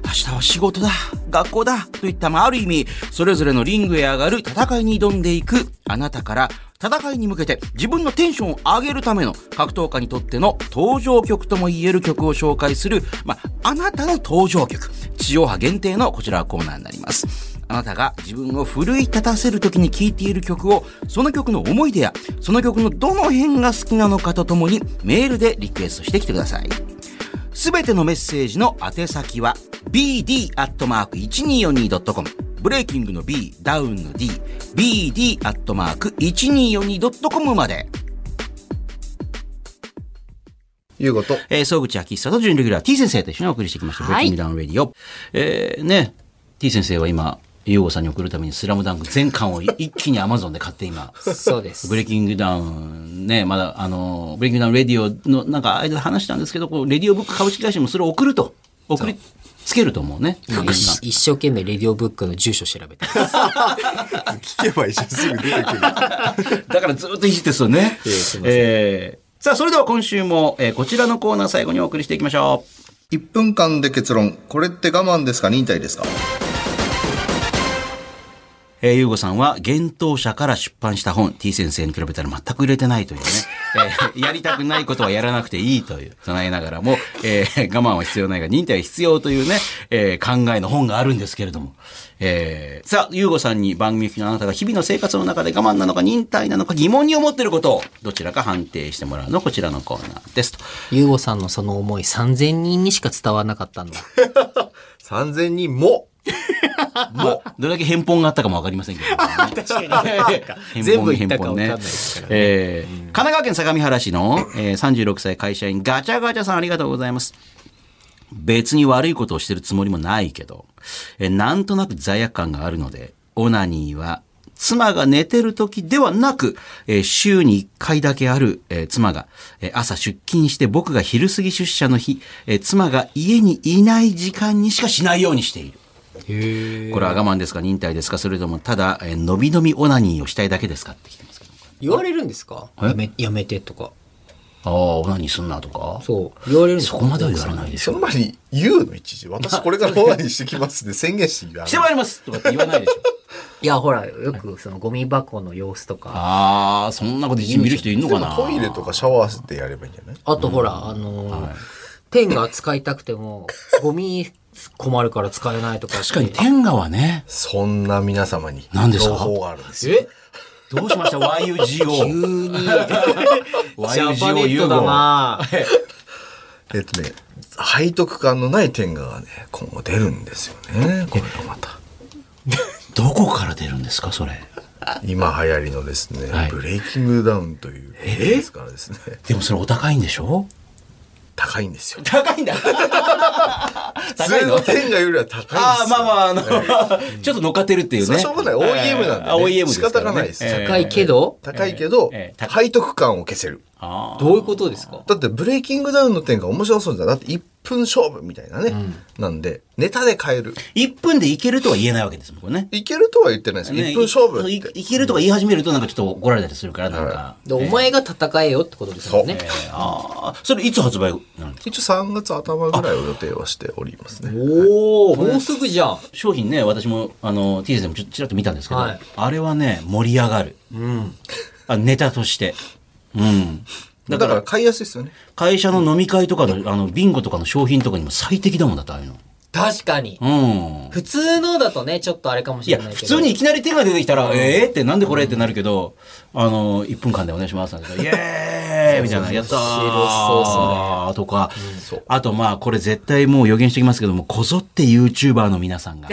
C: 明日は仕事だ、学校だ、といった、まあ、ある意味、それぞれのリングへ上がる戦いに挑んでいく、あなたから、戦いに向けて自分のテンションを上げるための格闘家にとっての登場曲とも言える曲を紹介する、まあ、あなたの登場曲、地上波限定のこちらはコーナーになります。あなたが自分を奮い立たせる時に聴いている曲を、その曲の思い出や、その曲のどの辺が好きなのかとともに、メールでリクエストしてきてください。すべてのメッセージの宛先は bd.1242.com ブレイキングの B、ダウンの D、bd.1242.com まで。
B: いうこと。
C: えー、総口秋久と準レギュラー T 先生と一緒にお送りしてきました。ブレイキングダウンレディオ。えー、ね、T 先生は今、ゆうごさんに送るためにスラムダンク全巻を一気に Amazon で買って今、
D: そうです
C: ブ。レイキングダウンね、まだあの、ブレイキングダウンレディオのなんか間で話したんですけど、こうレディオブック株式会社にもそれを送ると、送りつけると思うね。
D: 今一一生懸命レディオブックの住所調べてます。
B: 聞けばいいじゃん。すぐ出てく る。
C: だからずっといじってそうね。えーさあ、それでは今週も、えーこちらのコーナー最後にお送りしていきましょう。
B: 1分間で結論。これって我慢ですか忍耐ですか
C: えー、ゆうごさんは、幻冬者から出版した本、T 先生に比べたら全く売れてないというね、えーやりたくないことはやらなくていいという、唱えながらも、えー我慢は必要ないが、忍耐は必要というね、えー考えの本があるんですけれども、えーさあ、ゆうごさんに番組機のあなたが日々の生活の中で我慢なのか忍耐なのか疑問に思っていることを、どちらか判定してもらうのこちらのコーナーですと。
D: ゆうごさんのその思い3000人にしか伝わらなかったんだ。
B: ?3000 人も。
C: もう、どれだけ返本があったかもわかりませんけ ど、ね。確かに。
D: 全部言ったかわかんないですからね
C: えー神奈川県相模原市の、えー、36歳会社員ガチャガチャさんありがとうございます。別に悪いことをしてるつもりもないけど、えーなんとなく罪悪感があるので、オナニーは、妻が寝てる時ではなく、えー週に1回だけある、えー妻が、えー朝出勤して僕が昼過ぎ出社の日、えー妻が家にいない時間にしかしないようにしている。これは我慢ですか忍耐ですかそれともただ、えーのびのびオナニーをしたいだけですかって来てますけど。
D: 言われるんですかやめやめてとか。
C: ああ、オナニーすんなとか。
D: そう。言われるんです
C: そこまでは言われないでし
B: そ
C: ょ。
B: の前に言うの一時。私これからオナニーしてきます で宣言して言わ
C: してまいりますとかって言わないでしょ。
D: いや、ほら、よくそのゴミ箱の様子とか。
C: ああ、そんなこと見る人いるのかな
B: トイレとかシャワーでやればいいんじゃない
D: あとほら、あのー、ペンが使いたくても、 ゴミ困るから使えないとか。
C: 確かに天下は ね、
B: そんな皆様に
C: 何ですか
B: 情報があるんですよ。
D: え
C: ど うしました ?YUGO。
D: 急に、ジャパネ
C: YUGO
D: ッ
C: 融
D: トだ
C: 合。
D: な
B: えっとね、背徳感のない天下がね、今後出るんですよね。これがまた。
C: どこから出るんですかそれ。
B: 今流行りのですね、
C: はい
B: ブレイキングダウンというですからですね、
C: でもそれお高いんでしょ
B: 高いんですよ。
C: 高いんだ。高
B: 普
C: い
B: 通
C: の
B: の天下よりは高いんですよ。
C: ああ、まあまあ、あの、 ちょっと乗っかってるっていう
B: それ
C: ね。
B: はしょうがない。OEM なんで、ね。
C: あ OEM です
B: 仕
C: からね
B: 方がないです。
C: え
D: 高いけど、
B: 高いけど、
C: ええ高
B: 背徳感を消せる。
C: あ
D: どういうことですか
B: だってブレイキングダウンの点が面白そうじゃんだって1分勝負みたいなね。なんで、ネタで変える。
C: 1分でいけるとは言えないわけですもんこれね。
B: いけるとは言ってないです。1分勝負
C: い
B: っ
C: い
B: て。
C: いけるとか言い始めるとなんかちょっと怒られたりするから、なんか。
D: でお前が戦えよってことですよね。
C: ああ、それいつ発売なんですか
B: 一応3月頭ぐらいを予定はしておりますね。
D: おお、もうすぐじゃん。
C: 商品ね、私も、あの、T 先生もちょちらっと見たんですけど、
D: はい
C: あれはね、盛り上がる。あネタとして。うん。
B: だから買いやすいですよね。
C: 会社の飲み会とかの、あの、ビンゴとかの商品とかにも最適だもんだって、ああいうの。
D: 確かに。
C: うん。
D: 普通のだとね、ちょっとあれかも
C: い
D: しれ
C: や、
D: ない
C: 普
D: けど。
C: 通にいきなり手が出てきたら、ええってなんでこれってなるけど、あの、1分間でお願いしますなんて言ったら。イエーイみたいな、やったー
D: 面白
C: とか、あとまあ、これ絶対もう予言してきますけども、こぞって YouTuber の皆さんが、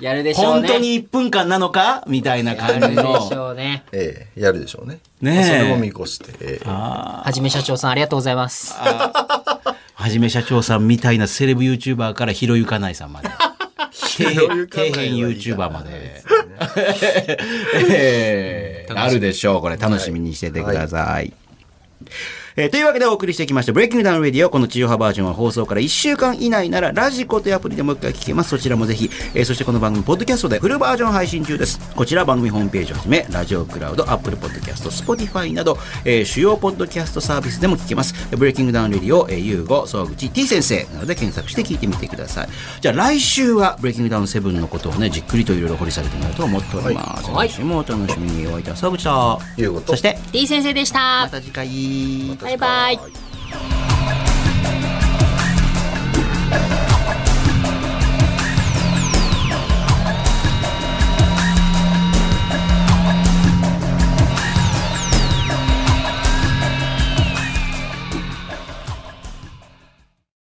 D: やるでしょう
C: 本
D: ね。
C: 当に1分間なのかみたいな
D: や
C: 感
D: る
C: じ
D: でし
C: の。
D: ょうね。
B: ええやるでしょうね。
C: ねえ
B: まあそれも見越して。ええ
D: はじめ社長さんありがとうございます。
C: はじめ社長さんみたいなセレブ YouTuber からひろゆかないさんまで。底辺
B: ゆかな
C: 底
B: い
C: 辺 YouTuber まで。 えーあるでしょう。これ楽しみにしててください。えーというわけでお送りしてきました、ブレイキングダウンレディオ。この地上波バージョンは放送から1週間以内なら、ラジコというアプリでもう一回聞けます。そちらもぜひ、えーそしてこの番組、ポッドキャストでフルバージョン配信中です。こちら番組ホームページをはじめ、ラジオクラウド、アップルポッドキャスト、スポティファイなど、えー主要ポッドキャストサービスでも聞けます。ブレイキングダウンレディオ、えー、ゆうご、総口、t 先生などで検索して聞いてみてください。じゃあ来週は、ブレイキングダウン7のことをね、じっくりといろいろ掘り下げてもらうと思っております。
D: はい
C: 来週もお楽しみにお会いいたい総口と、
B: ゆうごと
C: そして、
F: D 先生でした
C: ま。た次回。
F: バイバイ。
B: はい